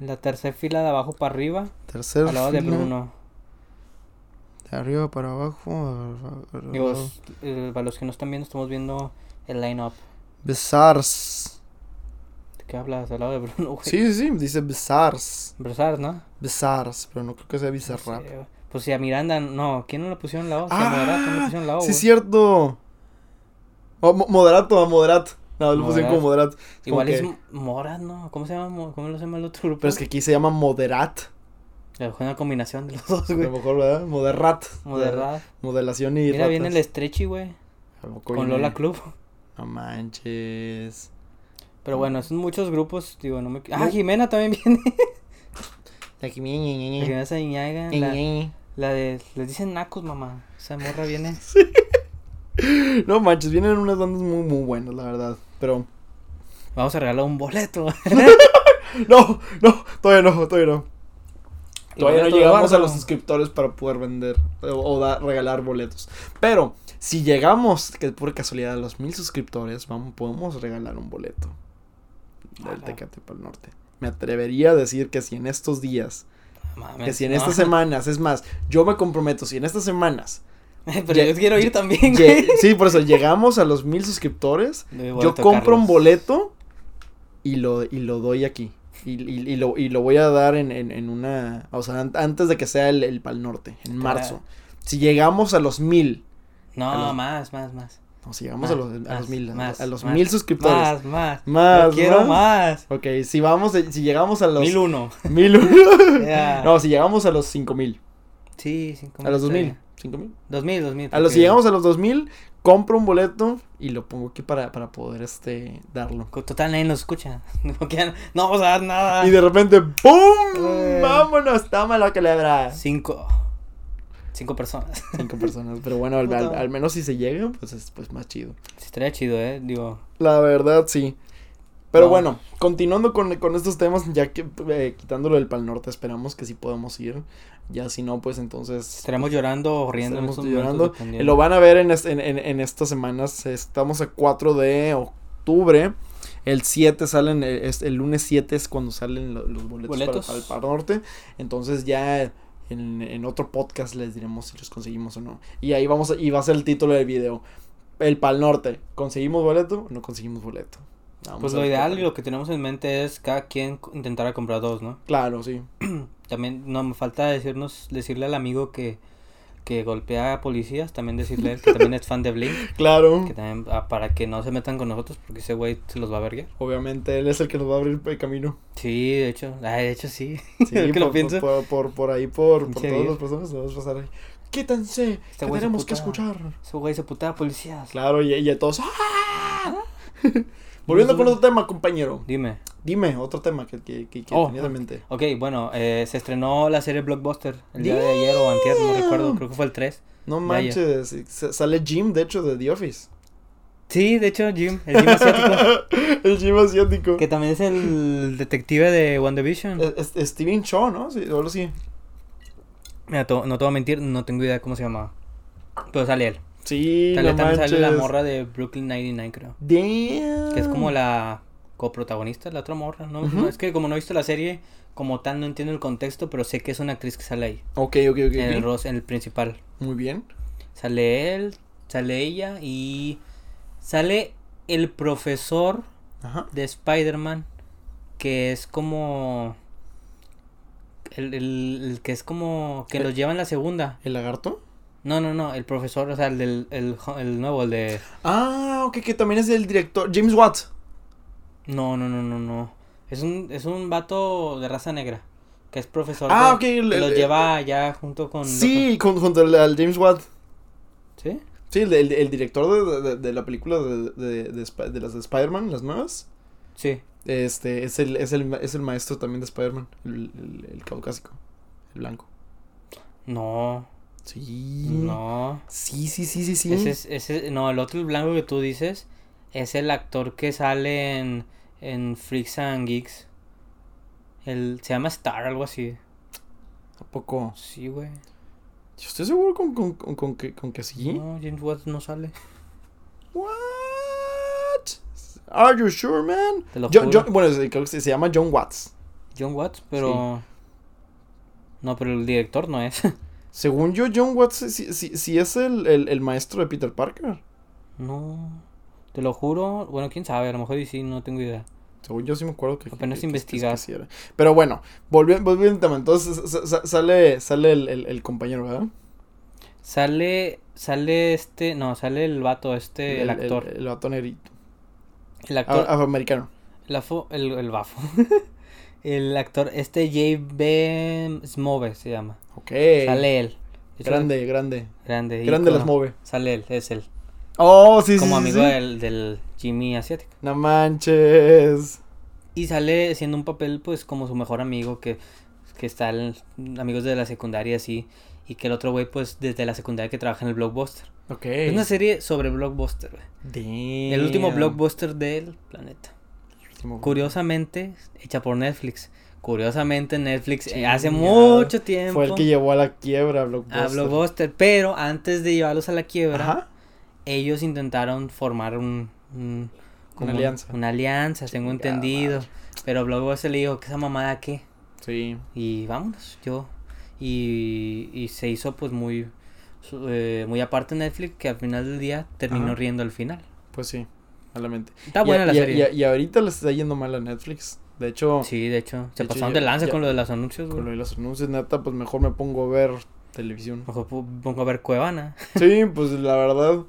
En la tercera fila de abajo para arriba, Tercer al lado de fila, Bruno. de arriba para abajo. a- a- a- Digo, es- eh, para los que no están viendo, estamos viendo el line-up. Besars. ¿De qué hablas? Al lado de Bruno, güey. Sí, sí, sí, dice besars. Brosard, ¿no? Besars, pero no creo que sea bizarrap. Sí, güey. pues si a Miranda, no, ¿quién no le pusieron la O? Si a Moderato no le Ah, pusieron la eh. O, sí, güey. es cierto. O mo- moderato, a moderato. No, lo pusieron como moderato. Igual como es que- M- Morat, ¿no? ¿Cómo se llama? Mo- ¿Cómo lo se llama el otro grupo? Pero es que aquí se llama moderat. A lo mejor una combinación de los dos, A lo (laughs) güey. mejor, ¿verdad? Moderat. Moderada. Modelación y Mira, viene ratas. el Stretchy, güey. ¿A poco Con viene? Lola Club. No manches. Pero bueno, son muchos grupos, digo, no me... Ah, No. Jimena también (laughs) viene. Aquí La Jimena Sañiaga, la, la de... Les dicen nacos, mamá. Esa morra (laughs) viene... No manches, vienen unas bandas muy, muy buenas, la verdad. Pero. Vamos a regalar un (laughs) boleto. (laughs) No, no, todavía no, todavía no. Todavía El no boleto de llegamos a Eduardo. los suscriptores para poder vender o, o dar- regalar boletos. Pero, si llegamos, que por casualidad, a los mil suscriptores, vamos, podemos regalar un boleto. Del Ala. Tecate para el norte. Me atrevería a decir que si en estos días, Mames, que si en no. estas semanas, es más, yo me comprometo, si en estas semanas (laughs) (laughs) Pero Ye- yo quiero ir también, güey. (laughs) Lle- sí, por eso llegamos a los mil suscriptores. No, igual Yo tocarlos. compro un boleto y lo, y lo doy aquí. Y, y- y lo, y lo voy a dar en, en- en una. O sea, an- antes de que sea el, el Pal Norte, en marzo. Si llegamos a los mil. No, a los- más, más, más. No, si llegamos a Más, los, a más, los mil. a- más, a los más, mil suscriptores. Más, más. Más, Yo quiero más. Ok, si vamos, eh, si llegamos a los Mil uno. mil (laughs) Ya. no, si llegamos a los cinco mil. Sí, cinco A los dos está mil. bien. Cinco mil. Dos mil, dos mil. A los, si porque llegamos a los 2000, compro un boleto y lo pongo aquí para, para poder este darlo. co- Total, nadie nos escucha. (laughs) Porque ya no, no vamos a dar nada. Y de repente, ¡pum! Ah. Eh. ¡Vámonos! ¡Toma la calabra! Cinco. Cinco personas. (laughs) Cinco personas. Pero bueno, al, al- Puta. al menos si se llegan, pues es pues más chido. Sí, Estaría chido, eh. Digo, La verdad, sí. Pero No. bueno, continuando con, con estos temas, ya que eh, quitándolo del Pal Norte, esperamos que sí podamos ir. Ya si no, pues entonces estaremos llorando o riendo. en Estaremos estos momentos, llorando. dependiendo. Lo van a ver en, es- en- en- en estas semanas. Estamos a 4 de octubre. El 7 salen, eh, es- el lunes 7 es cuando salen lo- los boletos, para- Boletos. Para, el Pal Norte. Entonces ya en, en otro podcast les diremos si los conseguimos o no. Y ahí vamos, a- y va a ser el título del video. El Pal Norte, ¿conseguimos boleto o no conseguimos boleto? Vamos Pues a lo ver qué ideal tal. y lo que tenemos en mente es cada quien co- intentar a comprar dos, ¿no? Claro, sí. También no me falta decirnos, decirle al amigo que, que golpea a policías, también decirle a él que también es fan de Blink. Claro. Que también, ah, para que no se metan con nosotros, porque ese güey se los va a verguer. Obviamente él es el que nos va a abrir el camino. Sí, de hecho, ah, de hecho sí. (laughs) Sí, Ahora que por, lo pienso. Por, por, por ahí, por, por Pinche todas viejo. Este las personas, nos vamos a pasar ahí. Quítense, que güey se tenemos que putea. escuchar. Ese güey se putea a policías. Claro, y, y a todos. ¡ah! (laughs) Volviendo con otro tema, compañero. Dime. Dime otro tema que, que, que, que Oh, tenías en mente. Ok, bueno, eh, se estrenó la serie Blockbuster el día de ayer o antier, no recuerdo, Damn. creo que fue el 3. No Ya, manches, sa- sale Jim, de hecho, de The Office. Sí, de hecho, Jim, el Jim asiático, (laughs) el Jim asiático. E-, que también es el detective de WandaVision. Es- es- Steven Shaw, ¿no? Sí, ahora sí. Mira, to- no te voy a mentir, no tengo idea de cómo se llamaba. Pero sale él. Sí, Sale, no también sale la manches. Ah. morra de Brooklyn 99, creo. Damn. Que es como la coprotagonista, la otra morra. No, No, es que como no he visto la serie, como tal no entiendo el contexto, pero sé que es una actriz que sale ahí. Ok, ok, ok. En el ok. Ross, en el principal. Muy bien. Sale él, sale ella y sale el profesor Ajá. de Spider-Man que es como... El, el- el que es como... que El- los lleva en la segunda. ¿El lagarto? No, no, no, el profesor, o sea, el, del, el, jo- el nuevo, el de... Ah, ok, que también es el director. James Watt. No, no, no, no, no. Es un, es un vato de raza negra. Que es profesor. Ah, de- ok, el- que lo el- lleva allá junto con. Sí, con- junto al, al James Watt. ¿Sí? Sí, el, el- el director de, de- de la película de, de- de Sp- de las de Spider-Man, las nuevas. Sí. Este, es el, es el, ma- es el maestro también de Spider-Man, el, el- el caucásico, el blanco. No. Sí. No. Sí, sí, sí, sí, sí. Ese es, ese, no, el otro, el blanco que tú dices, es el actor que sale en, en Freaks and Geeks. El, se llama Star, algo así. ¿A poco? Sí, güey. Yo estoy seguro con, con, con, con que, con que sí. No, James Watt no sale. What? Are you sure, man? Te lo John- juro. John- bueno, se- creo que se, se llama John Watts. John Watts, pero. No, pero el director no es. (laughs) Según yo, John Watts sí, sí- sí es el, el- el maestro de Peter Parker. No, te lo juro. Bueno, quién sabe, a lo mejor y sí, no tengo idea. Según yo sí me acuerdo que... Apenas que- que- investigar. que sí era. Pero bueno, volviendo, volviendo al tema, entonces sa- sa- sale, sale el, el- el compañero, ¿verdad? Sale, sale este, no, sale el vato, este, el, actor. El, El, el vato negrito. actor, Ah, Afroamericano. la fo- el, el bafo. (laughs) el actor, este J.B. Smove se llama. Ok. Sale él. De hecho, Grande, grande. Grande. Grande ícono. las mueve. Sale él, es él. Oh, sí, sí, Como sí, amigo sí. Del, del Jimmy asiático. No manches. Y sale siendo un papel, pues, como su mejor amigo, que, que está el- amigos de la secundaria, así. Y que el otro güey, pues, desde la secundaria que trabaja en el blockbuster. Ok. Es una serie sobre blockbuster, güey. El último Damn. blockbuster del planeta. Último block- Curiosamente, hecha por Netflix. Curiosamente, Netflix eh, Chingado. hace mucho tiempo Fue el que llevó a la quiebra Blockbuster. a Blockbuster, pero antes de llevarlos a la quiebra, Ajá. ellos intentaron formar un, un- como un- alianza. Una alianza, tengo Chingada entendido. madre. Pero Blockbuster le dijo, ¿qué esa mamada qué? Sí. y vámonos yo y, y se hizo pues muy su- eh, muy aparte Netflix que al final del día terminó Ajá. riendo al final Pues sí, malamente. está Ah, buena y, la y- serie Y, y ahorita les está yendo mal a Netflix. De hecho, sí de hecho se de hecho, pasaron ya- de lanza ya- con lo de los anuncios güey. con lo de los anuncios, neta, pues mejor me pongo a ver televisión. (laughs) mejor pu- pongo a ver Cuevana (laughs) sí, pues la verdad.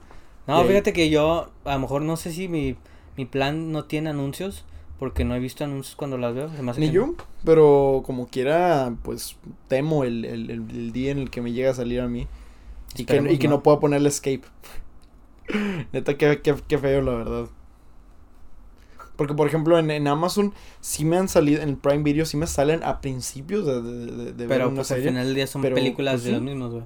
no Y- fíjate que yo a lo mejor no sé si mi, mi plan no tiene anuncios porque no he visto anuncios cuando las veo se me hace Ni que- yo, pero como quiera, pues temo el, el, el- el día en el que me llega a salir a mí. Y que, Esperemos y que no. pueda ponerle escape. (laughs) Neta, qué, qué- qué feo, la verdad. Porque, por ejemplo, en, en Amazon sí me han salido, en Prime Video sí me salen a principios de, de, de- de ver pero una pues, al serie. final del día son pero, películas pues, de sí. los mismos güey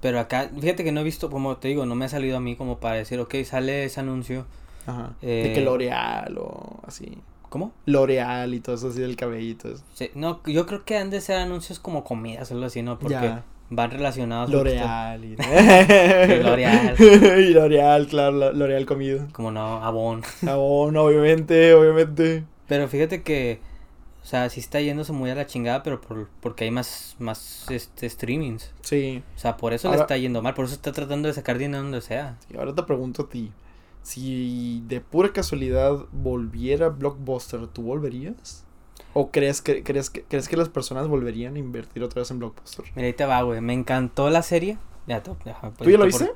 pero acá fíjate que no he visto como te digo no me ha salido a mí como para decir ok sale ese anuncio Ajá. de que eh, L'Oreal o así. ¿Cómo? L'Oreal y todo eso así del cabello y todo eso. Sí, no, yo creo que han de ser anuncios como comidas o algo así, ¿no? Porque Ya. van relacionados. con L'Oreal (laughs) y... L'Oreal. (laughs) y L'Oreal, claro, la- L'Oreal comido. esto, Como no, abón. Jabón, obviamente, obviamente. (laughs) Pero fíjate que, o sea, sí está yéndose muy a la chingada, pero por, porque hay más, más este, streamings. Sí. O sea, por eso le Ahora- está yendo mal, por eso está tratando de sacar dinero donde sea. Y ahora te pregunto a ti, si de pura casualidad volviera Blockbuster, ¿tú volverías? ¿O crees que, crees que, crees que las personas volverían a invertir otra vez en Blockbuster? Mira, ahí te va, güey. Me encantó la serie. Ya, te- ya, pues, ¿Tú ya lo por- viste?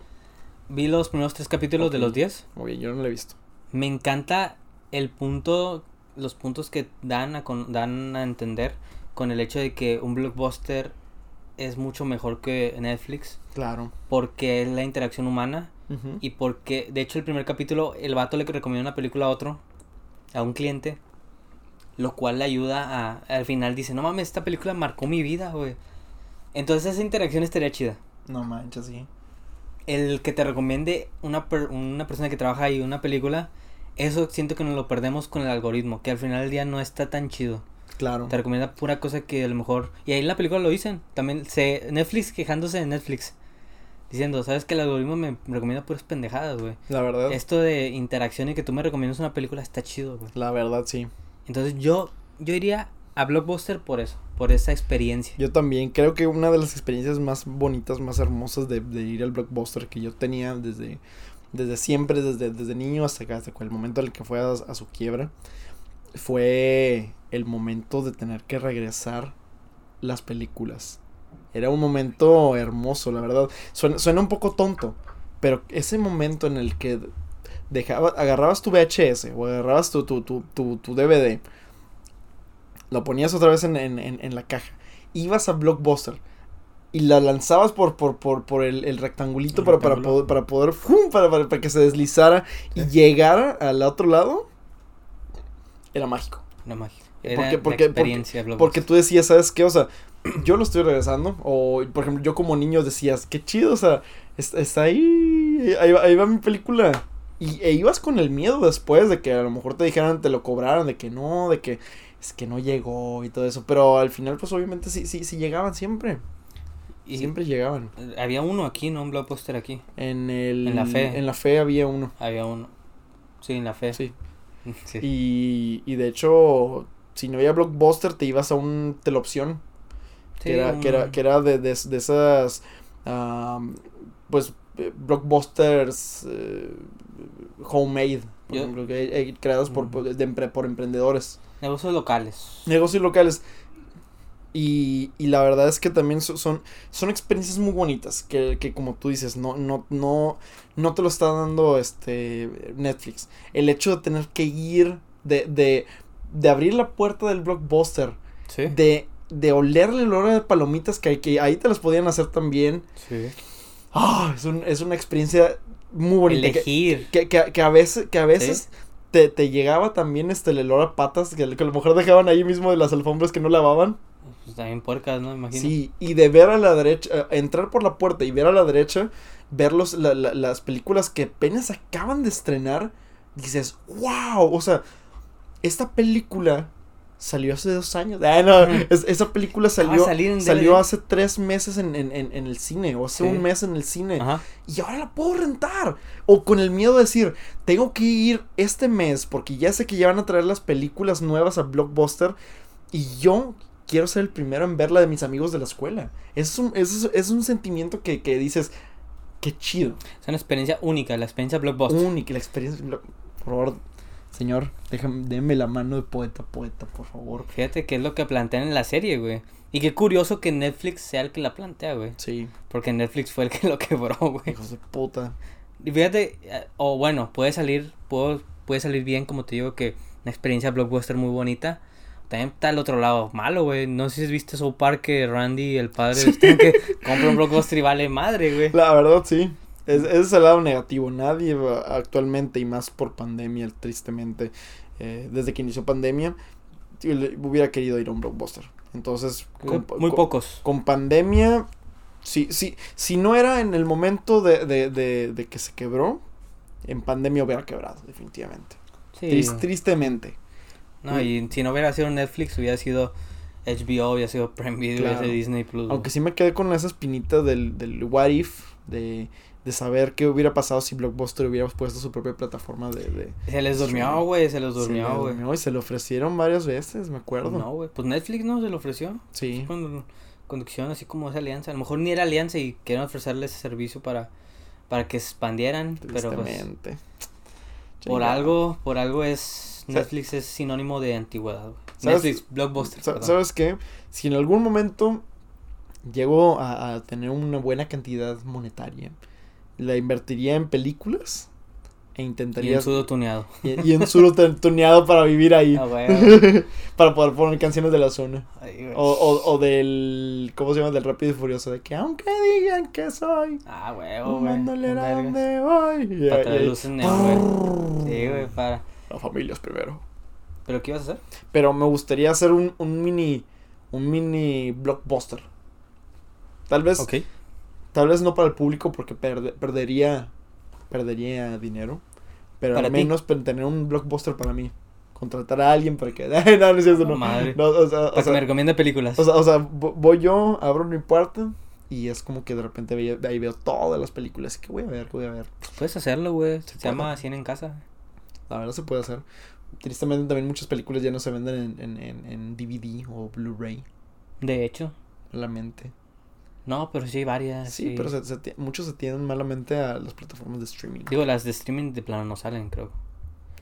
Vi los primeros tres capítulos de Ok. los diez. Muy bien, yo no lo he visto. Me encanta el punto, los puntos que dan a, con- dan a entender con el hecho de que un blockbuster es mucho mejor que Netflix Claro. porque es la interacción humana Ujú. y porque, de hecho, el primer capítulo el vato le recomienda una película a otro, a un cliente, lo cual le ayuda a, al final dice, no mames, esta película marcó mi vida, güey. Entonces esa interacción estaría chida No manches, sí. el que te recomiende una, per- una persona que trabaja ahí una película, eso siento que nos lo perdemos con el algoritmo, que al final del día no está tan chido. Claro. Te recomienda pura cosa que a lo mejor... Y ahí en la película lo dicen, también se Netflix quejándose de Netflix. diciendo, sabes que el algoritmo me recomienda puras pendejadas, güey. La verdad. Esto de interacción y que tú me recomiendas una película está chido, güey. La verdad, sí. Entonces yo, yo iría a Blockbuster por eso, por esa experiencia. Yo también creo que una de las experiencias más bonitas, más hermosas de, de ir al blockbuster que yo tenía desde, desde siempre, desde, desde niño hasta acá, hasta el momento en el que fue a, a su quiebra, fue el momento de tener que regresar las películas. Era un momento hermoso, la verdad. Suena, suena un poco tonto, pero ese momento en el que dejaba, agarrabas tu VHS o agarrabas tu, tu, tu, tu, tu DVD, lo ponías otra vez en, en, en, en la caja, ibas a Blockbuster y la lanzabas por, por, por, por el, el rectangulito El para, para rectángulo. poder, para poder, ¡fum! para, para, para que se deslizara y Sí. llegara al otro lado, era mágico. Una magia. ¿Por Era qué? la Porque- porque- experiencia de Porque Blockbuster. tú decías, ¿sabes qué? O sea, (clears throat) yo lo estoy regresando. O, por ejemplo, yo como niño decías, qué chido, o sea, es- está ahí, ahí va, ahí va mi película. Y e ibas con el miedo después de que a lo mejor te dijeran, te lo cobraran, de que no, de que es que no llegó y todo eso. Pero al final, pues obviamente sí, sí, sí llegaban siempre. Y Siempre llegaban. eh, había uno aquí, ¿no? Un Blockbuster aquí. En el. En la fe. En la fe había uno. Había uno. Sí, en la fe. Sí. (laughs) Sí. Y, y de hecho, si no había blockbuster, te ibas a un teleopción. Sí, que, era, que, era, un- que era de, de, de esas, am, pues, eh, blockbusters eh, homemade, por Yo- ejemplo, que, eh, creados por, Mm. por- de empre- por emprendedores, Negocios locales. negocios locales. Y, y la verdad es que también so- son, son experiencias muy bonitas, que, que como tú dices, no, no, no, no te lo está dando este Netflix. El hecho de tener que ir, de, de, de abrir la puerta del blockbuster, Sí. de, de olerle el olor de palomitas que, que ahí te las podían hacer también. Sí. Ah, es, un- es una experiencia muy bonita. que- Elegir. Que, que, que a veces, que a veces te, te llegaba también este el olor a patas que, que a lo mejor dejaban ahí mismo de las alfombras que no lavaban. Pues también puercas, ¿no? Me Imagino. Sí, y de ver a la derecha, eh, entrar por la puerta y ver a la derecha, ver los, la- la- las películas que apenas acaban de estrenar, dices, wow, o sea, esta película salió hace dos años. Ah, no, Ujú. es- esa película Acaba de salió, salir en salió DVD. hace tres meses en, en- en- en el cine, o hace Sí. un mes en el cine, Ajá. y ahora la puedo rentar. O con el miedo de decir, tengo que ir este mes, porque ya sé que ya van a traer las películas nuevas a Blockbuster, y yo quiero ser el primero en verla de mis amigos de la escuela. Es un, es, es un sentimiento que, que dices, qué chido. Es una experiencia única, la experiencia Blockbuster. Única, la experiencia. lo- Por favor, señor, déjame, déme la mano de poeta, poeta, por favor. Fíjate que es lo que plantean en la serie, güey. Y qué curioso que Netflix sea el que la plantea, güey. Sí, Porque Netflix fue el que (laughs) lo quebró, güey. hijos de puta. Y fíjate, eh, o bueno, puede salir, puedo, puede salir bien, como te digo, que una experiencia blockbuster muy bonita. También está el otro lado malo, güey. No sé si viste South Park que Randy, el padre, está que compra un blockbuster y vale madre, güey. La verdad, sí. Es, ese es el lado negativo. Nadie va- actualmente, y más por pandemia, tristemente, eh, desde que inició pandemia, yo le- hubiera querido ir a un blockbuster. Entonces, Creo que con- muy con- pocos. Con pandemia, si, si, si no era en el momento de, de, de, de que se quebró, en pandemia hubiera quebrado, definitivamente. Sí. Tris- tristemente. No, y si no hubiera sido Netflix, hubiera sido HBO, hubiera sido Prime Video, hubiera Claro. sido Disney Plus. Aunque güey. sí me quedé con esa espinita del, del what if, de, de saber qué hubiera pasado si Blockbuster hubiera puesto su propia plataforma de- de, Se les durmió, güey, se les durmió, se le güey. durmió y se lo ofrecieron varias veces, me acuerdo. No, güey. Pues Netflix no se lo ofreció. Sí. Cuando, cuando hicieron así como esa alianza. A lo mejor ni era alianza y querían ofrecerle ese servicio para, para que expandieran. Pero pues, Tristemente. por Chingado. algo, por algo es. Sa- Netflix es sinónimo de antigüedad, güey. ¿Sabes? Netflix, Blockbuster. Sa- perdón. ¿Sabes qué? Si en algún momento llego a, a tener una buena cantidad monetaria, la invertiría en películas e Y intentaría. en sudo tuneado. Y, y en suro tu- tuneado para vivir ahí. Ah, güey. (laughs) para poder poner canciones de la zona. Ay, güey. O, o, o del. ¿Cómo se llama? Del Rápido y Furioso. De que aunque digan que soy. Ah, güey, güey. Mándole a vergas. donde voy. Y- Para traer y- luces neón, güey. Sí, güey, para. La familia es primero. ¿Pero qué ibas a hacer? Pero me gustaría hacer un, un mini. Un mini blockbuster. Tal vez. Tal vez no para el público porque perde- perdería. Perdería dinero. Pero Para al ti. menos per- tener un blockbuster para mí. Contratar a alguien para que. (laughs) no, no es cierto, Oh, no. madre. No, o sea, o Para que sea, me recomienda películas. o sea, o sea, vo- voy yo, abro mi puerta, Y es como que de repente ve- ahí veo todas las películas. Que voy a ver, voy a ver. Puedes hacerlo, güey. Se puede. llama 100 en casa. La verdad se puede hacer. Tristemente también muchas películas ya no se venden en, en, en, en DVD o Blu-ray. De hecho. Malamente. No, pero Ah, sí hay varias. Sí, pero se- se ti- muchos se tienden malamente a las plataformas de streaming. Digo, las de streaming de plano no salen, creo.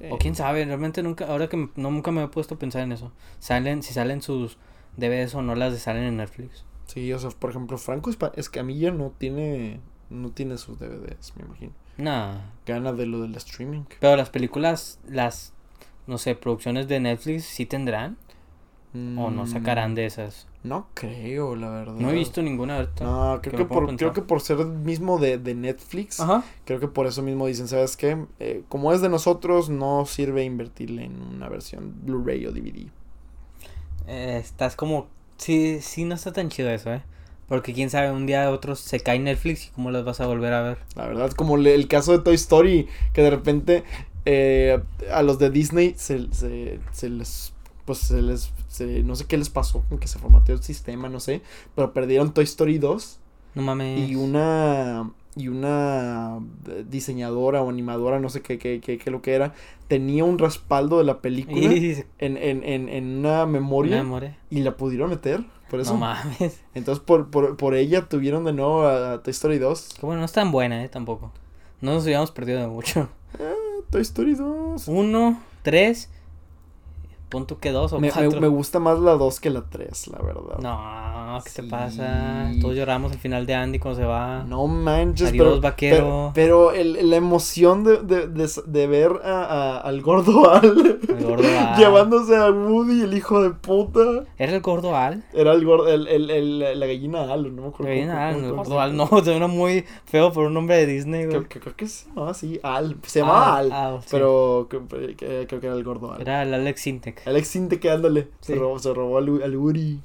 Eh, O quién sabe, realmente nunca, ahora que m- no, nunca me he puesto a pensar en eso. Salen, si salen sus DVDs o no las de salen en Netflix. Sí, o sea, por ejemplo, Franco Espa- Escamilla no tiene no tiene sus DVDs, me imagino. Nah. Gana de lo del streaming. Pero las películas, las, no sé, producciones de Netflix sí tendrán o no Mm, sacarán de esas. No creo, la verdad. No he visto ninguna ahorita. No, que creo me que, puedo por, creo pensar. que por ser mismo de, de Netflix, Ajá. creo que por eso mismo dicen, ¿sabes qué? Eh, como es de nosotros, no sirve invertirle en una versión Blu-ray o DVD. Eh, estás como, sí, sí no está tan chido eso, eh. Porque quién sabe, un día otros se cae Netflix y cómo las vas a volver a ver. La verdad, como le- el caso de Toy Story, que de repente eh, a los de Disney se, se, se les... Pues se les... se- no sé qué les pasó, como que se formateó el sistema, no sé. Pero perdieron Toy Story 2 No mames. y una... Y una eh, diseñadora o animadora, no sé qué, qué, qué, qué lo que era, tenía un respaldo de la película (laughs) (laughs) Y- en, en, en, en una memoria Me enamoré. y la pudieron meter. Por eso. No mames. Entonces, por, por, por ella tuvieron de nuevo a, a Toy Story 2. Que bueno, no es tan buena, eh, tampoco. No nos hubiéramos perdido de mucho. (laughs) Ah, Toy Story 2. Uno, tres, punto que dos o Me, me- cuatro. me gusta más la 2 que la 3, la verdad. No, ¿qué Sí. te pasa? Todos lloramos al final de Andy cuando se va. No manches, Adiós, pero, vaquero. pero, pero el- la emoción de, de, de, de ver a, a- al gordo (laughs) Al El gordo Al. llevándose a Woody, el hijo de puta. ¿Era el gordo Al? Era el gordo, el, el, el- la gallina Al, no me acuerdo. Pero bien, cómo- Al, cómo- el cómo gordo se- Al no, (laughs) suena muy feo por un nombre de Disney, güey. Creo, creo- creo que se llamaba así, Al. Se llamaba Ah, Al, Al, sí. pero creo, que- creo que era el gordo Al. Era el Alex Sintek. Alex Sinte que ándale, se Sí. robó, se robó al, al Woody.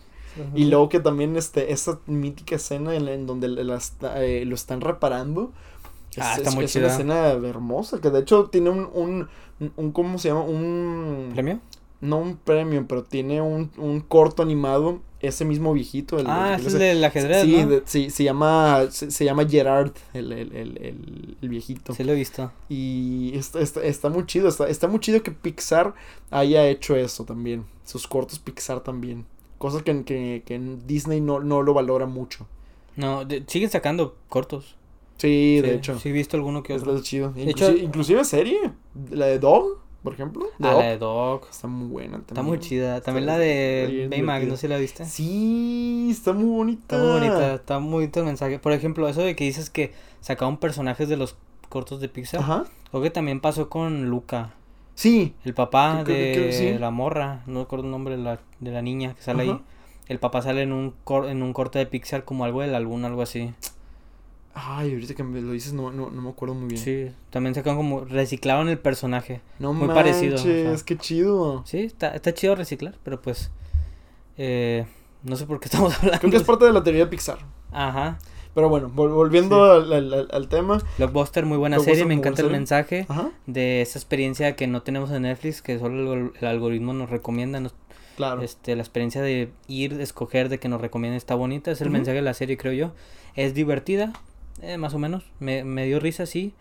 Y luego que también este, esa mítica escena en, en donde la está- eh, lo están reparando. Ah, está muy es una chida. escena hermosa, que de hecho tiene un, un, un- ¿cómo se llama? Un, ¿Premio? no un premio, pero tiene un, un corto animado, ese mismo viejito. el- ah, el- es el del ajedrez, sí, ¿no? de- sí, se llama, se, se llama Gerard, el, el, el, el- el viejito. Sí lo he visto. Y está, está, está muy chido, está, está muy chido que Pixar haya hecho eso también. Sus cortos Pixar también. Cosas que, que, que en Disney no, no lo valora mucho. No, de- siguen sacando cortos. Sí, de hecho. Sí he visto alguno que Está otro. chido. De hecho- Inclusive- inclusive serie. La de Dog, por ejemplo. de Ah, Up, la de Dog. Está muy buena también. Está muy chida. También Está- la está de bien Baymax, divertida. no sé si la viste. Sí, está muy bonita. Está muy bonita, está muy bonito el mensaje. Por ejemplo, eso de que dices que sacaban personajes de los cortos de Pixar. Ajá. Creo que también pasó con Luca, Sí, el papá Creo- creo- de creo que sí. la morra, no recuerdo el nombre de la, de la niña que sale Ajá. ahí. El papá sale en un cor- en un corte de Pixar como algo de la luna, algo así. Ay, ahorita que me lo dices no, no, no me acuerdo muy bien. Sí, también sacaron como reciclaron el personaje. No Muy manches, parecido, o sea. qué chido. Sí, está, está chido reciclar, pero pues eh, no sé por qué (laughs) estamos hablando. Creo que es parte de la teoría de Pixar. Ajá. Pero bueno, vol- volviendo al- al- al- al tema. Blockbuster muy buena Blockbuster, serie, me muy buena encanta el serie. mensaje. Ajá. de esa experiencia que no tenemos en Netflix, que solo el, el algoritmo nos recomienda, nos- Claro. este, la experiencia de ir, de escoger, de que nos recomienda está bonita, es el Ujú. mensaje de la serie, creo yo. Es divertida, eh, más o menos, me, me dio risa, sí,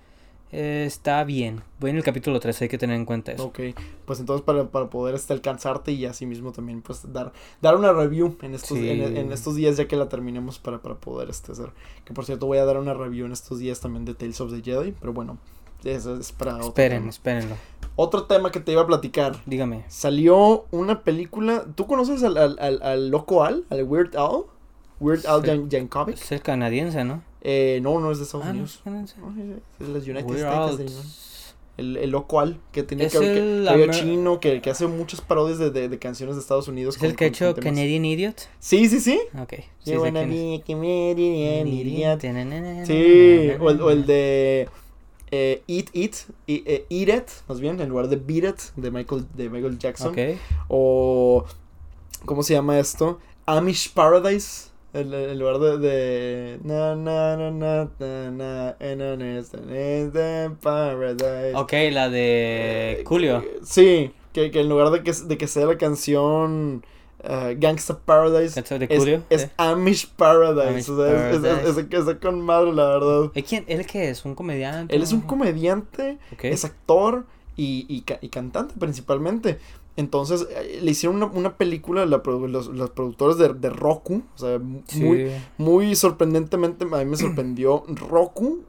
Eh, está bien. Voy en el capítulo 3, hay que tener en cuenta eso. Ok, pues entonces para, para poder este, alcanzarte y así mismo también pues dar, dar una review en estos, Sí. en, en estos días ya que la terminemos para, para poder este, hacer. Que por cierto voy a dar una review en estos días también de Tales of the Jedi, pero bueno, eso es para otro Esperen, tema. espérenlo, Otro tema que te iba a platicar. dígame. Salió una película, ¿tú conoces al, al, al, al loco Al? ¿Al Weird Al? Weird Al Sí. Yan- Yankovic. Es el canadiense, ¿no? Eh, no, no es de Estados Ah, no, es Unidos. canadiense. No, es de- es de las United Weird States, Al, de Unión. El, el loco Al, que tenía Es que, que- el que había Amer- chino, que, que hace muchas parodias de, de- de canciones de Estados Unidos. ¿Es con- el que ha con- hecho con temas. Canadian Idiot? Sí, sí, sí. Ok. sí Sí, sé wanna quién es. be a Canadian idiot. Tananana, Sí, o, el- nananana. o el de eh, Eat It, i- eh, Eat It, más bien, en lugar de Beat It, de Michael, de Michael Jackson. Ok. O, ¿cómo se llama esto? Amish Paradise. En en lugar de, de- na na na na na na and on it's an instant paradise. Ok, la de Eh, Julio. Eh, Sí, que, que en lugar de que, de que sea la canción uh, Gangsta Paradise. Gangsta de es, Curio, es sí. Amish Paradise. Amish o sea, es- es- Paradise. es- es- está con madre, la verdad. ¿Eh, quién? ¿Él qué es? ¿Un comediante? Él es un comediante, Ok. es actor y, y ca- y cantante principalmente. Entonces eh, le hicieron una, una película la produ- los, los productores de, de Roku. O sea, mu- Sí. muy, muy sorprendentemente a mí me sorprendió Roku.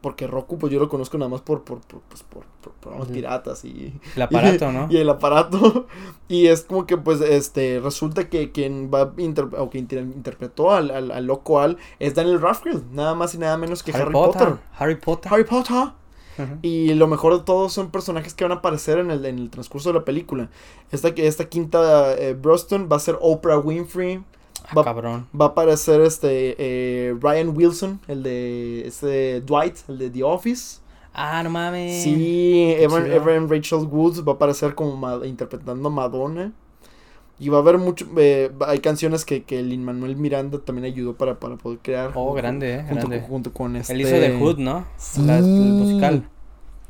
Porque Roku, pues yo lo conozco nada más por, por, por, pues, por- por programas Ujú. piratas y, (laughs) El aparato, ¿no? y el aparato. (laughs) Y es como que, pues, este, resulta que quien va a inter- o que inter- interpretó al, al, al loco Al es Daniel Radcliffe, nada más y nada menos que Harry, Potter. Harry Potter. Harry Potter. Ujú. Y lo mejor de todo son personajes que van a aparecer en el, en el transcurso de la película. Esta, que- esta quinta eh, Broston va a ser Oprah Winfrey. Ah, va- cabrón. Va a aparecer este eh, Ryan Wilson, el de este Dwight, el de The Office. Ah, no mames. Sí, Evan, chido. Evan Rachel Woods va a aparecer como Ma- interpretando a Madonna. Y va a haber mucho. eh, hay canciones que, que Lin Manuel Miranda también ayudó para, para poder crear. Oh, junto- grande, eh. Junto, Grande. con, junto con este. Él hizo The Hood, ¿no? Sí. La, el musical.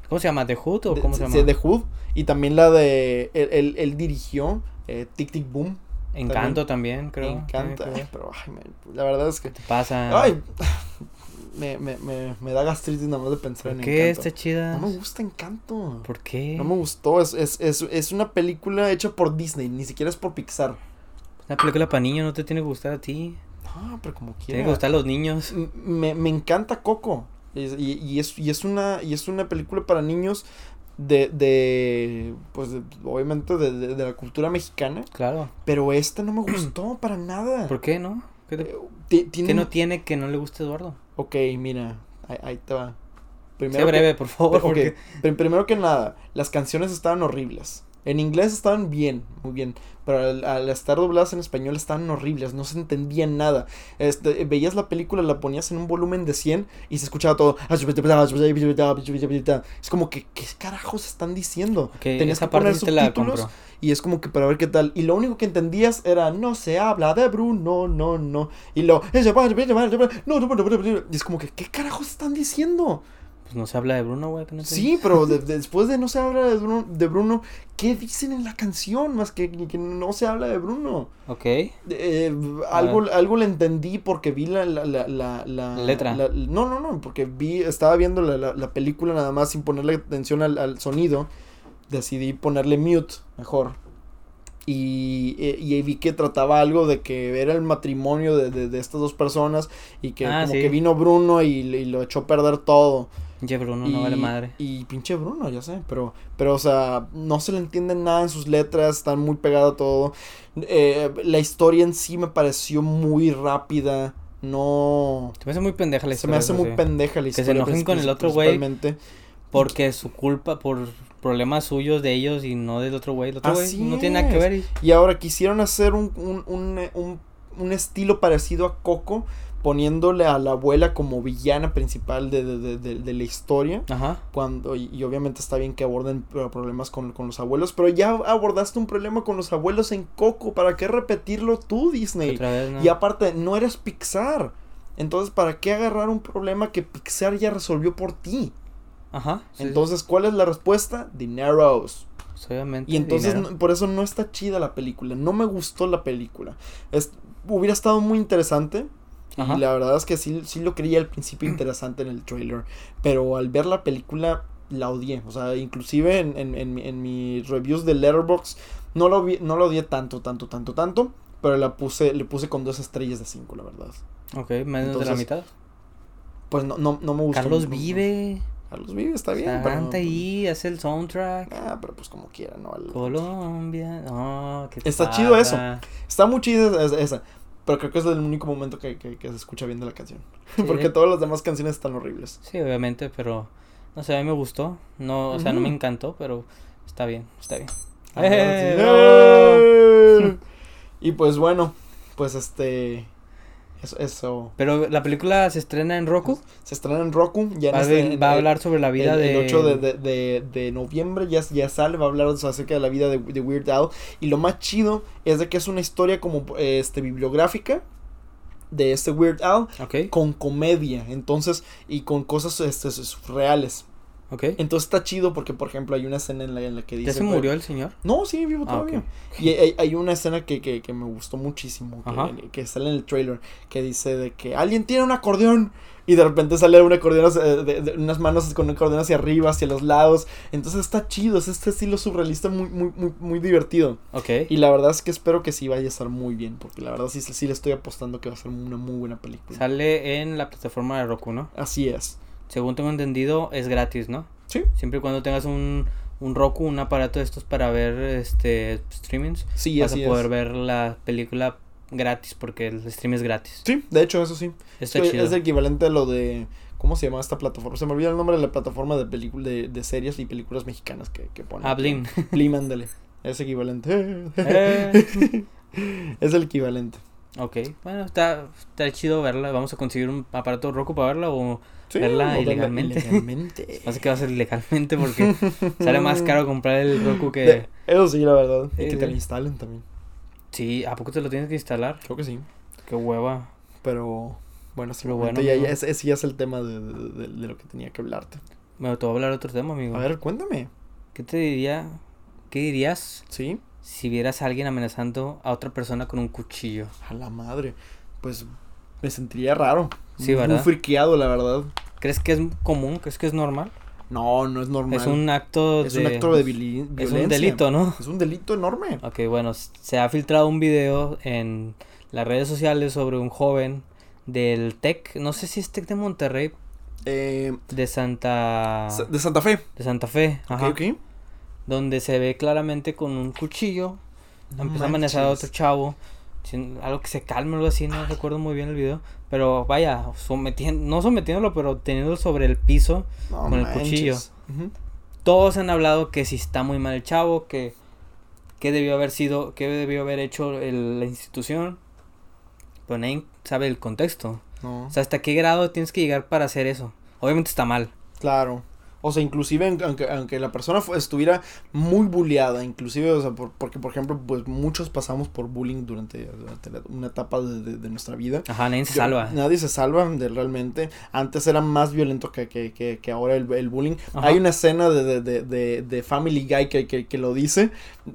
¿Cómo se llama? ¿The Hood o de- cómo se sí, llama? The Hood. Y también la de. Él, él- él dirigió eh, Tic Tic Boom. Encanto también, creo. Me encanta. eh, Tiene que ver. Pero, Ah. ay, man, la verdad es que. ¿Qué te pasa? Ay, (laughs) me, me, me, me da gastritis nada más de pensar ¿Por en qué Encanto. este está chida? No me gusta Encanto. ¿Por qué? No me gustó, es, es, es, es una película hecha por Disney, ni siquiera es por Pixar. Una película para niños no te tiene que gustar a ti. No, pero como Tiene que quiera. gustar a los niños. M- Me, me encanta Coco. Es- y, y es, y, es una, y es una película para niños de, de pues de- obviamente de, de- de la cultura mexicana, Claro. pero esta (clears throat) no me gustó para nada. ¿Por qué no? ¿Qué, te- Eh, ti- (laughs) tiene qué no un- tiene que no le guste a Eduardo? Ok, mira, ahí, ahí te va. Sé Primero que- breve, por favor. Ok, porque- prim- primero que nada, las canciones estaban horribles. En inglés estaban bien, muy bien, pero al, al estar dobladas en español estaban horribles, no se entendía nada. Este, veías la película, la ponías en un volumen de 100 y se escuchaba todo. Es como que, ¿qué carajos están diciendo? ok, Tenías esa que parte poner sí te la subtítulos compro. y es como que para ver qué tal. Y lo único que entendías era, no se habla de Bruno, no, no. Y lo, y es como que, ¿qué carajos están diciendo? Pues no se habla de Bruno, güey. que no Sí, pero de- de- después de no se habla de Bruno, de Bruno, ¿qué dicen en la canción? Más que, que no se habla de Bruno. tiene- Ok. Eh, Ah. algo, algo le entendí porque vi la... la, la, la, la- Letra. la- no, no, no, porque vi, estaba viendo la, la, la película nada más sin ponerle atención al, al sonido. Decidí ponerle mute mejor. Y, eh, y ahí vi que trataba algo de que era el matrimonio de, de, de estas dos personas y que Ah, como sí. que vino Bruno y, le- y lo echó a perder todo. Ya Bruno no vale madre. Y pinche Bruno, ya sé, pero, pero, o sea, no se le entiende nada en sus letras, están muy pegado a todo. Eh, la historia en sí me pareció muy rápida, no... Se me hace muy pendeja la Se me historia. hace eso muy sí. pendeja la Que se historia. enojen princip- con el otro güey. principalmente. Porque su culpa, por problemas suyos de ellos y no del otro güey. El otro güey Así no tiene nada que es. ver. y- Y ahora quisieron hacer un, un, un, eh, un- un estilo parecido a Coco, poniéndole a la abuela como villana principal de, de- de- de- de la historia. Ajá. cuando y, y obviamente está bien que aborden pro- problemas con, con los abuelos, pero ya abordaste un problema con los abuelos en Coco, ¿para qué repetirlo tú, Disney? Otra vez, ¿no? Y aparte, no eres Pixar. Entonces, ¿para qué agarrar un problema que Pixar ya resolvió por ti? Ajá. sí, Entonces, ¿cuál es la respuesta? Dineros. pues, obviamente. Y entonces, dinero. no- por eso no está chida la película. No me gustó la película. Es- hubiera estado muy interesante. Ajá. Y la verdad es que sí, sí lo creía al (clears throat) principio interesante en el trailer. Pero al ver la película, la odié. O sea, inclusive en, en, en, mi- en mis reviews de Letterboxd, no lo, vi- no lo odié tanto, tanto, tanto, tanto. Pero la puse, le puse con dos estrellas de cinco, la verdad. Ok, menos de la Entonces, mitad. Pues no, no, no me gustó. Carlos no- no- vive. Carlos Vive, está bien. pero no- Canta ahí, hace el soundtrack. Ah, pero pues como quiera, ¿no? Al- Colombia. No, ¿qué te Está chido eso. pasa? Está muy chida esa, esa, Pero creo que es el único momento que, que- que se escucha bien de la canción. (laughs) Sí. (laughs) Porque todas las demás canciones están horribles. Sí, obviamente, pero. No sé, a mí me gustó. No, o sea, no me encantó, pero está bien, está bien. La verdad, ¡Eh, sí. bravo! ¡Eh! (laughs) Y pues bueno, pues este. Eso. eso. Pero la película se estrena en Roku. Se estrena en Roku. Ya en Va, a este- ver- en- va a en- hablar sobre la vida el, de. el 8 de, de- de- de noviembre ya, ya sale, va a hablar acerca de la vida de, de Weird Al. Y lo más chido es de que es una historia como eh, este bibliográfica de este Weird Al Ok. con comedia, entonces, y con cosas este, reales. Ok. Entonces está chido porque, por ejemplo, hay una escena en la, en la que dice... ¿Ya se güey, murió el señor? No, sí, vivo Ah, todavía. Y hay, hay una escena que, que, que me gustó muchísimo, Ajá. que, que sale en el trailer, que dice de que alguien tiene un acordeón y de repente sale un acordeón, hacia- eh, de, de- unas manos con un acordeón hacia arriba, hacia los lados. Entonces está chido, es este estilo surrealista muy, muy, muy, muy divertido. Ok. Y la verdad es que espero que sí vaya a estar muy bien, porque la verdad sí, sí le estoy apostando que va a ser una muy buena película. Sale en la plataforma de Roku, ¿no? Así es. Según tengo entendido, es gratis, ¿no? Sí. Siempre y cuando tengas un, un Roku, un aparato de estos para ver este streamings, Sí, vas a así poder es. ver la película gratis porque el stream es gratis. Sí, de hecho, eso sí. Está es, chido. es el equivalente a lo de. ¿Cómo se llama esta plataforma? Se me olvida el nombre de la plataforma de, película de, de series y películas mexicanas que, que ponen. Ah, Blim. Blim, ándale. Es equivalente. Eh. es el equivalente. (laughs) ok, bueno, está, está chido verla. Vamos a conseguir un aparato Roku para verla o Sí, Verla o ilegalmente. ilegalmente. parece que va a ser (laughs) ilegalmente porque sale más caro comprar el Roku que... De- eso sí, la verdad. Sí, y que te sí. lo instalen también. Sí, ¿a poco te lo tienes que instalar? Creo que sí. Qué hueva. Pero bueno, sí, Pero bueno, bueno, ya, amigo. ya, ese, ese ya es el tema de, de- de- de lo que tenía que hablarte. Me te voy a hablar de otro tema, amigo. A ver, cuéntame. ¿Qué te diría? ¿Qué dirías Sí, si vieras a alguien amenazando a otra persona con un cuchillo? a la madre. Pues me sentiría raro. Sí, Muy ¿verdad? friqueado, la verdad. ¿Crees que es común? ¿Crees que es normal? No, no es normal. Es un acto Es de... un acto de vili- violencia. Es un delito, ¿no? Ah. Es un delito enorme. Ok, bueno, s- se ha filtrado un video en las redes sociales sobre un joven del TEC, no sé si es TEC de Monterrey, Eh, de Santa... Sa- De Santa Fe. De Santa Fe, Ok, Ah. ajá, ok. donde se ve claramente con un cuchillo, No empieza a amenazar a manches. Ah. otro chavo, sin- algo que se calme o algo así, no recuerdo muy bien el video, pero vaya, sometiendo, no sometiéndolo, pero teniéndolo sobre el piso, No con el manches. cuchillo. Ujú. todos han hablado que si está muy mal el chavo, que, que debió haber sido, que debió haber hecho el- la institución, pero nadie sabe el contexto. No. O sea, hasta qué grado tienes que llegar para hacer eso. Obviamente está mal. Claro. O sea, inclusive en- aunque, aunque la persona fu- estuviera muy bulleada, inclusive, o sea, por- porque por ejemplo, pues muchos pasamos por bullying durante, durante la- una etapa de, de- de nuestra vida. Ajá, nadie se Yo- salva. Nadie se salva de realmente. Antes era más violento que, que, que, que ahora el, el bullying. Ajá. Hay una escena de, de, de, de- de Family Guy que, que, que lo dice.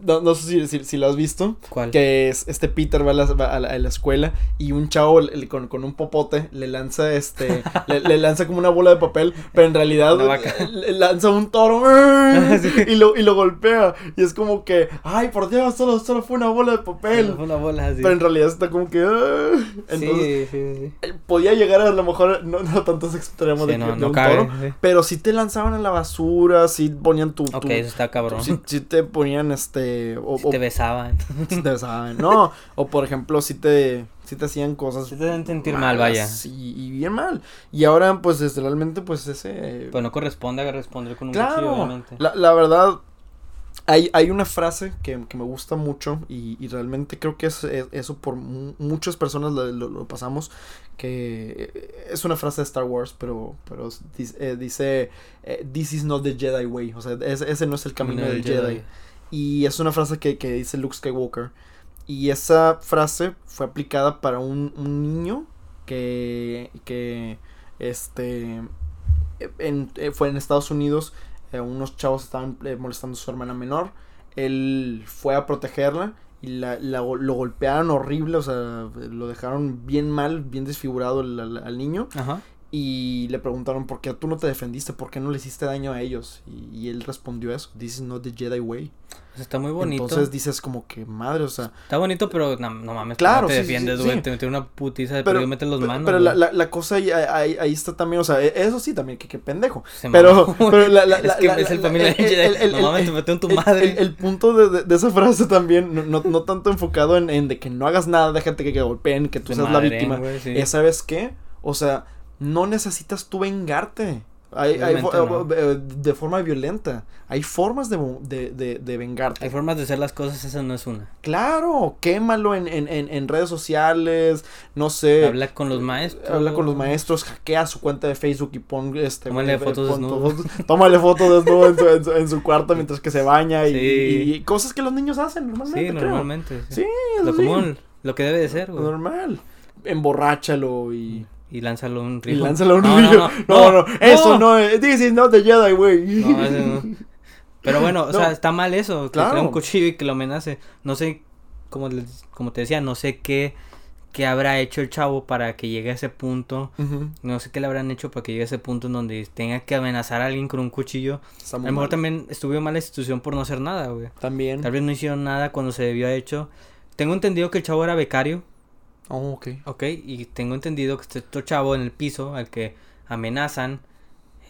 No, no sé si, si, si lo has visto. ¿Cuál? Que es, este Peter va, a la, va a la- a la escuela y un chavo le- le- con, con un popote le lanza este le, le lanza como una bola de papel, pero en realidad Una vaca. le lanza un toro (laughs) Sí. y, lo, y lo golpea. Y es como que, ay, por Dios, solo, solo fue una bola de papel. Fue una bola así. Pero en realidad está como que... "Ah". Entonces, Sí, sí, sí. eh, podía llegar a lo mejor no, no a tantos extremos Sí, de, que- no, de no un cabe. toro, sí. pero si te lanzaban a la basura, si ponían tu... Ok, tu- eso está cabrón. si, si te ponían este... O, Si te o- (laughs) besaban. si te besaban, no. O por ejemplo, si te, si te hacían cosas... Si te hacían sentir Ah, mal, vaya. malas Y, y bien mal. Y ahora, pues, este, realmente, pues, ese... Pues no corresponde responder con un cuchillo, Claro, obviamente. la, la verdad, hay, hay una frase que, que me gusta mucho y, y realmente creo que es, es- eso por mu- muchas personas lo, lo- lo pasamos, que eh, es una frase de Star Wars, pero, pero es- dice, eh, dice, eh, This is not the Jedi way, o sea, es- ese no es el camino del Jedi. Y es una frase que, que dice Luke Skywalker. Y esa frase fue aplicada para un, un niño que, que este, en- eh, fue en Estados Unidos. eh, unos chavos estaban eh, molestando a su hermana menor. Él fue a protegerla y la, la go- lo golpearon horrible. O sea, lo dejaron bien mal, bien desfigurado al- al- al niño. Ajá. Y le preguntaron, ¿por qué tú no te defendiste? ¿Por qué no le hiciste daño a ellos? Y, y él respondió eso, this is not the Jedi way. O sea, está muy bonito. Entonces dices como que, madre, o sea... Está bonito, pero no, no mames, Claro, no te sí, sí, defiendes, sí, güey. sí. Te metieron una putiza de Pero- perdido, mete los pe- manos. pero güey. la, la, la cosa ahí, ahí, ahí está también, o sea, e- eso sí también, que, que pendejo. Se Pero, mamó, pero la, la, güey. la- es que la- es el la- familia el- Jedi. el- el- no mames, te el- metió en tu el- madre. El, el punto de, de- de esa frase también, no, no, no tanto enfocado en, en de que no hagas nada, déjate que, que golpeen, que tú Te seas la madrean, víctima. güey, sí. Eh, ¿Sabes qué? O sea, no necesitas tú vengarte. Hay, hay fo- Obviamente eh, de forma violenta. Hay formas de, mo- de, de- de vengarte. Hay formas de hacer las cosas, esa no es una. Claro, quémalo en, en- en- en redes sociales, no sé. Habla con los maestros. Eh, Habla con los maestros, hackea su cuenta de Facebook y pon este. Tómale eh, fotos pon desnudo. fotos- tómale fotos desnudo en su, en su- en su cuarto mientras que se baña y, Sí. y cosas que los niños hacen normalmente. Sí, creo. normalmente. sí. Sí, eso Lo sí, común, lo que debe de ser, güey. Normal. Emborráchalo y. Y y lánzalo a un Y río. lánzalo a un No, no, río. No, no, eso no no. es. This is not the Jedi, güey. No, ese no. Pero bueno, o (laughs) No. sea, está mal eso. Que Claro. trae un cuchillo y que lo amenace. No sé, como, les- como te decía, no sé qué, qué habrá hecho el chavo para que llegue a ese punto. (laughs) Ujú, No sé qué le habrán hecho para que llegue a ese punto en donde tenga que amenazar a alguien con un cuchillo. está A muy lo mejor mal. también estuvo mal la institución por no hacer nada, güey. También. Tal vez no hicieron nada cuando se debió a hecho. Tengo entendido que el chavo era becario, Oh, ok. ok, y tengo entendido que este otro chavo en el piso al que amenazan,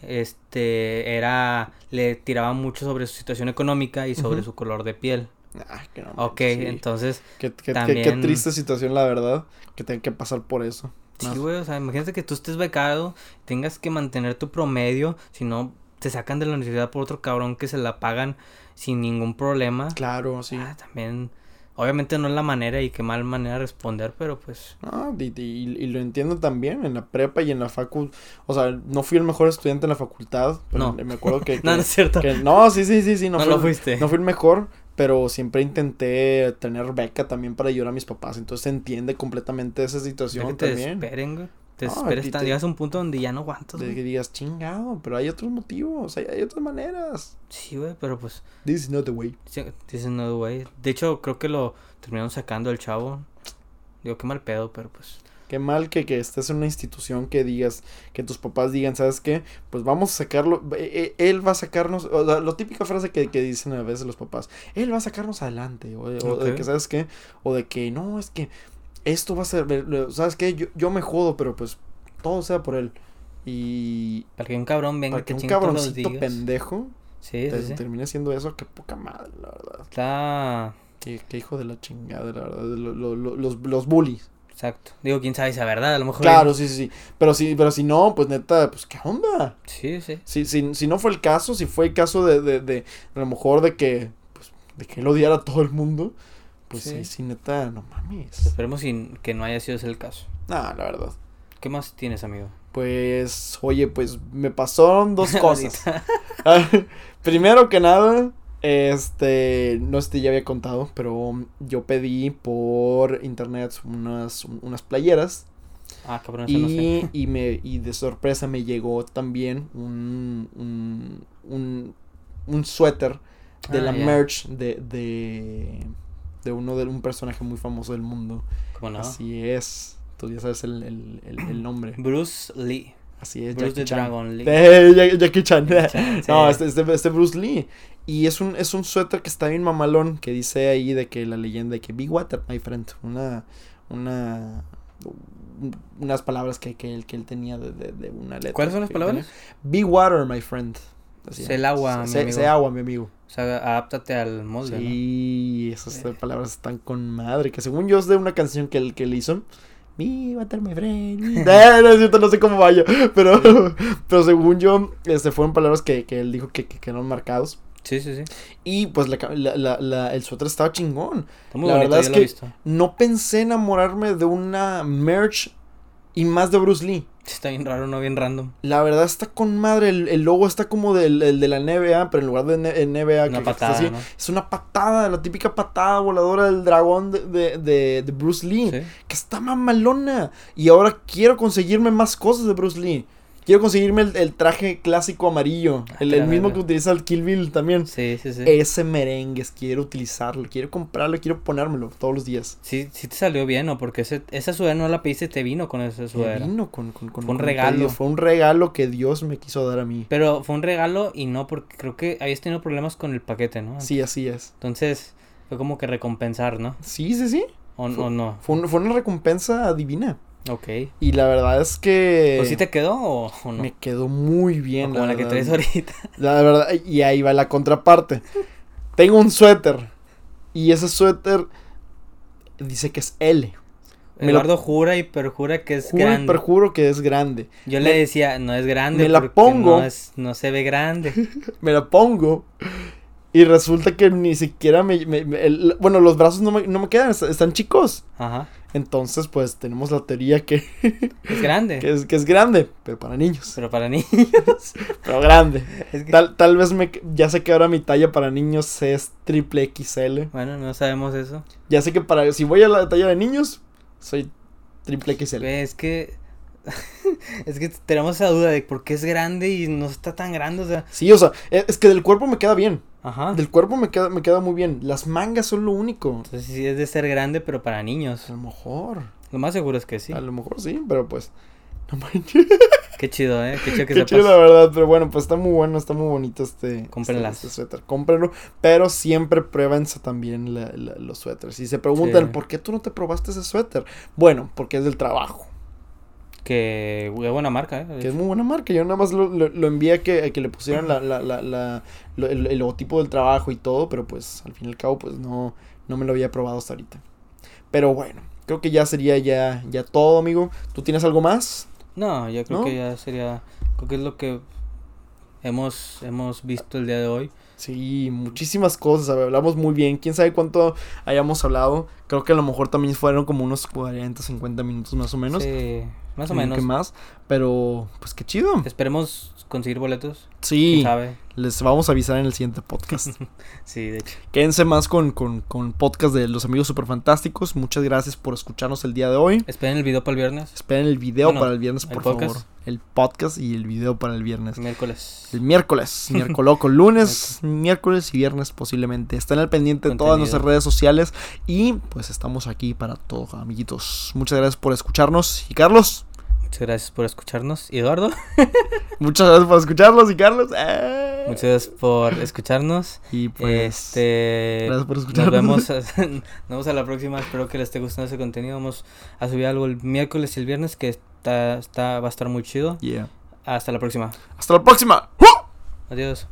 este, era, le tiraba mucho sobre su situación económica y sobre Ujú. su color de piel. Ah, que no Ok, manches, sí. entonces, Qué, qué- qué- qué también- triste situación, la verdad. Que tenga que pasar por eso. sí, No. güey, o sea, imagínate que tú estés becado, tengas que mantener tu promedio, si no, te sacan de la universidad por otro cabrón que se la pagan sin ningún problema. Claro, sí. Ah, también, obviamente no es la manera y qué mal manera de responder, pero pues... No, y, y- y lo entiendo también en la prepa y en la facu. O sea, no fui el mejor estudiante en la facultad. Pero No. me acuerdo (laughs) que. No, que- no es cierto. que- no, sí, sí, sí, sí. No, No fui lo el- fuiste. No fui el mejor, pero siempre intenté tener beca también para ayudar a mis papás. Entonces se entiende completamente esa Ya que situación te Pues también. desesperen, güey. Te No, desesperes y tan- te- llegas a un punto donde ya no aguantas, De güey. que digas, chingado, pero hay otros motivos, hay, hay otras maneras. Sí, güey, pero pues, This is not the way. sí, dicen no, güey. De hecho, creo que lo terminaron sacando el chavo. Digo, qué mal pedo, pero pues. Qué mal que, que estés en una institución que digas, que tus papás digan, ¿sabes qué? Pues vamos a sacarlo, e- e- él va a sacarnos, o sea, la típica frase que, que dicen a veces los papás, él va a sacarnos adelante, o, o de Ok. que, ¿sabes qué? O de que, no, es que esto va a ser, ¿sabes qué? Yo, yo me jodo, pero pues todo sea por él. Y Para que un cabrón venga y para te que un chingue todos los cabroncito días. pendejo Sí, te- sí, sí. termine siendo eso, qué poca madre, la verdad. Está. Qué, qué hijo de la chingada, la verdad, lo- lo- lo- los, los bullies. Exacto. Digo, quién sabe esa verdad, a lo mejor. Claro, sí, sí, sí. Pero sí, pero si no, pues neta, pues qué onda. Sí, sí. Si, si, si no fue el caso, si fue el caso de, de, de a lo mejor de que, pues, de que él odiara a todo el mundo, pues sí, Sí. sí, neta, no mames. Esperemos sin- que no haya sido ese el caso. Nah, la verdad. ¿Qué más tienes, amigo? Pues, oye, pues me pasaron (laughs) dos cosas. Ah, (laughs) Primero que nada, este, no sé si ya había contado, pero yo pedí por internet unas, unas playeras Ah, cabrón, eso no sé. Y, y me, y de sorpresa me llegó también un, un, un, un suéter de Ah, la ya. merch de, de, de uno de un personaje muy famoso del mundo. ¿Cómo no? Así es. Tú ya sabes el, el, el, el nombre. Bruce Lee. Así es. Bruce the Jackie Chan. (laughs) Dragon Lee. Eh, Jack- Jackie Chan. Chan, No, (laughs) sí. este, este, este Bruce Lee. Y es un, es un suéter que está bien mamalón, que dice ahí de que la leyenda de que Big Water, my friend. Una, una, un- unas palabras que, que él, que él tenía de, de- de una letra. ¿Cuáles son las que palabras? tenía. Big Water, my friend. Así Sé el agua, es. mi Sé- amigo. Oh, sé agua, mi amigo. O sea, adáptate al molde, ¿no? Sí, esas Eh. palabras están con madre. Que según yo es de una canción que, él- que le hizo. Mi water, my (laughs) friend. Eh, no, es cierto, no sé cómo vaya. Pero, (laughs) pero según yo, este, fueron palabras que, que él dijo que, que quedaron marcados. Sí, sí, sí. Y pues la ca- la- la- la- el suéter estaba chingón. Está muy La bonito, verdad yo es lo que- he visto. No pensé enamorarme de una merch y más de Bruce Lee. Está bien raro, no bien random. La verdad está con madre. El, el logo está como del el de la NBA, pero en lugar de ne- NBA, Ah, que- Una que está patada, así, ¿no? es una patada, la típica patada voladora del dragón de, de, de- de Bruce Lee. Sí. Que está mamalona. Y ahora quiero conseguirme más cosas de Bruce Lee. Quiero conseguirme el, el traje clásico amarillo. Ah, el que la el mismo verga. que utiliza el Kill Bill también. Sí, sí, sí. Ese merengues, quiero utilizarlo, quiero comprarlo, quiero ponérmelo todos los días. Sí, sí te salió bien, ¿no? Porque ese, esa sudadera no la pediste, te vino con esa Me sudadera. vino con, con- con- Pues Fue un con el regalo. pedido, Fue un regalo que Dios me quiso dar a mí. Pero fue un regalo y no porque creo que habías tenido problemas con el paquete, ¿no? Sí, así es. Entonces fue como que recompensar, ¿no? Sí, sí, sí. O, Fue- o no. Fue, un- fue una recompensa divina. Ok. Y la verdad es que. ¿O Pues sí te quedó o, o no? Me quedó muy O bien. como la que verdad. traes ahorita. La verdad, y ahí va la contraparte. Tengo un suéter. Y ese suéter dice que es L. (laughs) Me lo- Eduardo jura y perjura que es Juro y grande. perjuro que es grande. Yo le decía, no es grande. me la porque pongo. No, es- no se ve grande. Me la pongo. Y resulta que ni siquiera me. me- me- el- bueno, los brazos no me, no me quedan, est- están chicos. Ajá. Entonces, pues tenemos la teoría que, Es grande. que, es, que es grande, pero para (laughs) niños. Pero para niños. (laughs) Pero grande. es (laughs) que- Tal, tal vez me. Ya sé que ahora mi talla para niños es triple XL. Bueno, no sabemos eso. Ya sé que para. Si voy a la talla de niños, soy triple XL. Güey, Es que (laughs) es que tenemos esa duda de por qué es grande y no está tan grande, o sea. Sí, o sea, e, es es que del cuerpo me queda bien. Ajá. Del cuerpo me queda, me queda muy bien. Las mangas son lo único. Entonces sí es de ser grande, pero para A niños. lo mejor. Lo más seguro es que sí. A lo mejor sí, pero pues. No manches. Qué chido, ¿eh? Qué chido Qué que sepas. chido, la verdad. Pero bueno, pues está muy bueno, está muy bonito este. Cómprenlas. este- este suéter. Cómprenlo. Pero siempre pruébense también la- la- los suéteres. Y se preguntan, Sí. ¿por qué tú no te probaste ese suéter? Bueno, porque es del trabajo. Que güey, buena marca, ¿eh? Que es muy buena marca. Yo nada más lo, lo- lo envié a que, a que le pusieran la, la- la- la- lo- el, el logotipo del trabajo y todo, pero pues al fin y al cabo pues no, no me lo había probado hasta ahorita. Pero bueno, creo que ya sería ya, ya todo, amigo. ¿Tú tienes algo más? No, yo creo ¿No? que ya sería. Creo que es lo que hemos, hemos visto el día de hoy. Sí, muchísimas cosas, a ver, hablamos muy bien. ¿Quién sabe cuánto hayamos hablado? Creo que a lo mejor también fueron como unos 40, 50 minutos más o menos. Sí, más o Creo menos. que más, pero pues qué chido. Esperemos conseguir boletos. ¿Quién Sí, sabe? les vamos a avisar en el siguiente podcast. (laughs) Sí, de hecho. Quédense más con, con, con podcast de los amigos superfantásticos. Muchas gracias por escucharnos el día de hoy. Esperen el video para el viernes, Esperen el video Bueno, para el viernes, el por podcast. favor. El podcast y el video para el viernes. miércoles. El (laughs) miércoles, miércoles, lunes, miércoles y viernes posiblemente. Estén al pendiente de todas Contenido. nuestras redes sociales y pues estamos aquí para todos, amiguitos. Muchas gracias por escucharnos y Carlos. Muchas gracias por escucharnos. Y Eduardo, Muchas gracias por escucharnos y Carlos. ¡Eh! muchas gracias por escucharnos. Y pues este. gracias por Nos escucharnos. (laughs) vemos, (laughs) a, nos vemos a la próxima. Espero que les esté gustando ese contenido. Vamos a subir algo el miércoles y el viernes que está, está, va a estar muy chido. Yeah. Hasta la próxima. Hasta la próxima. Adiós.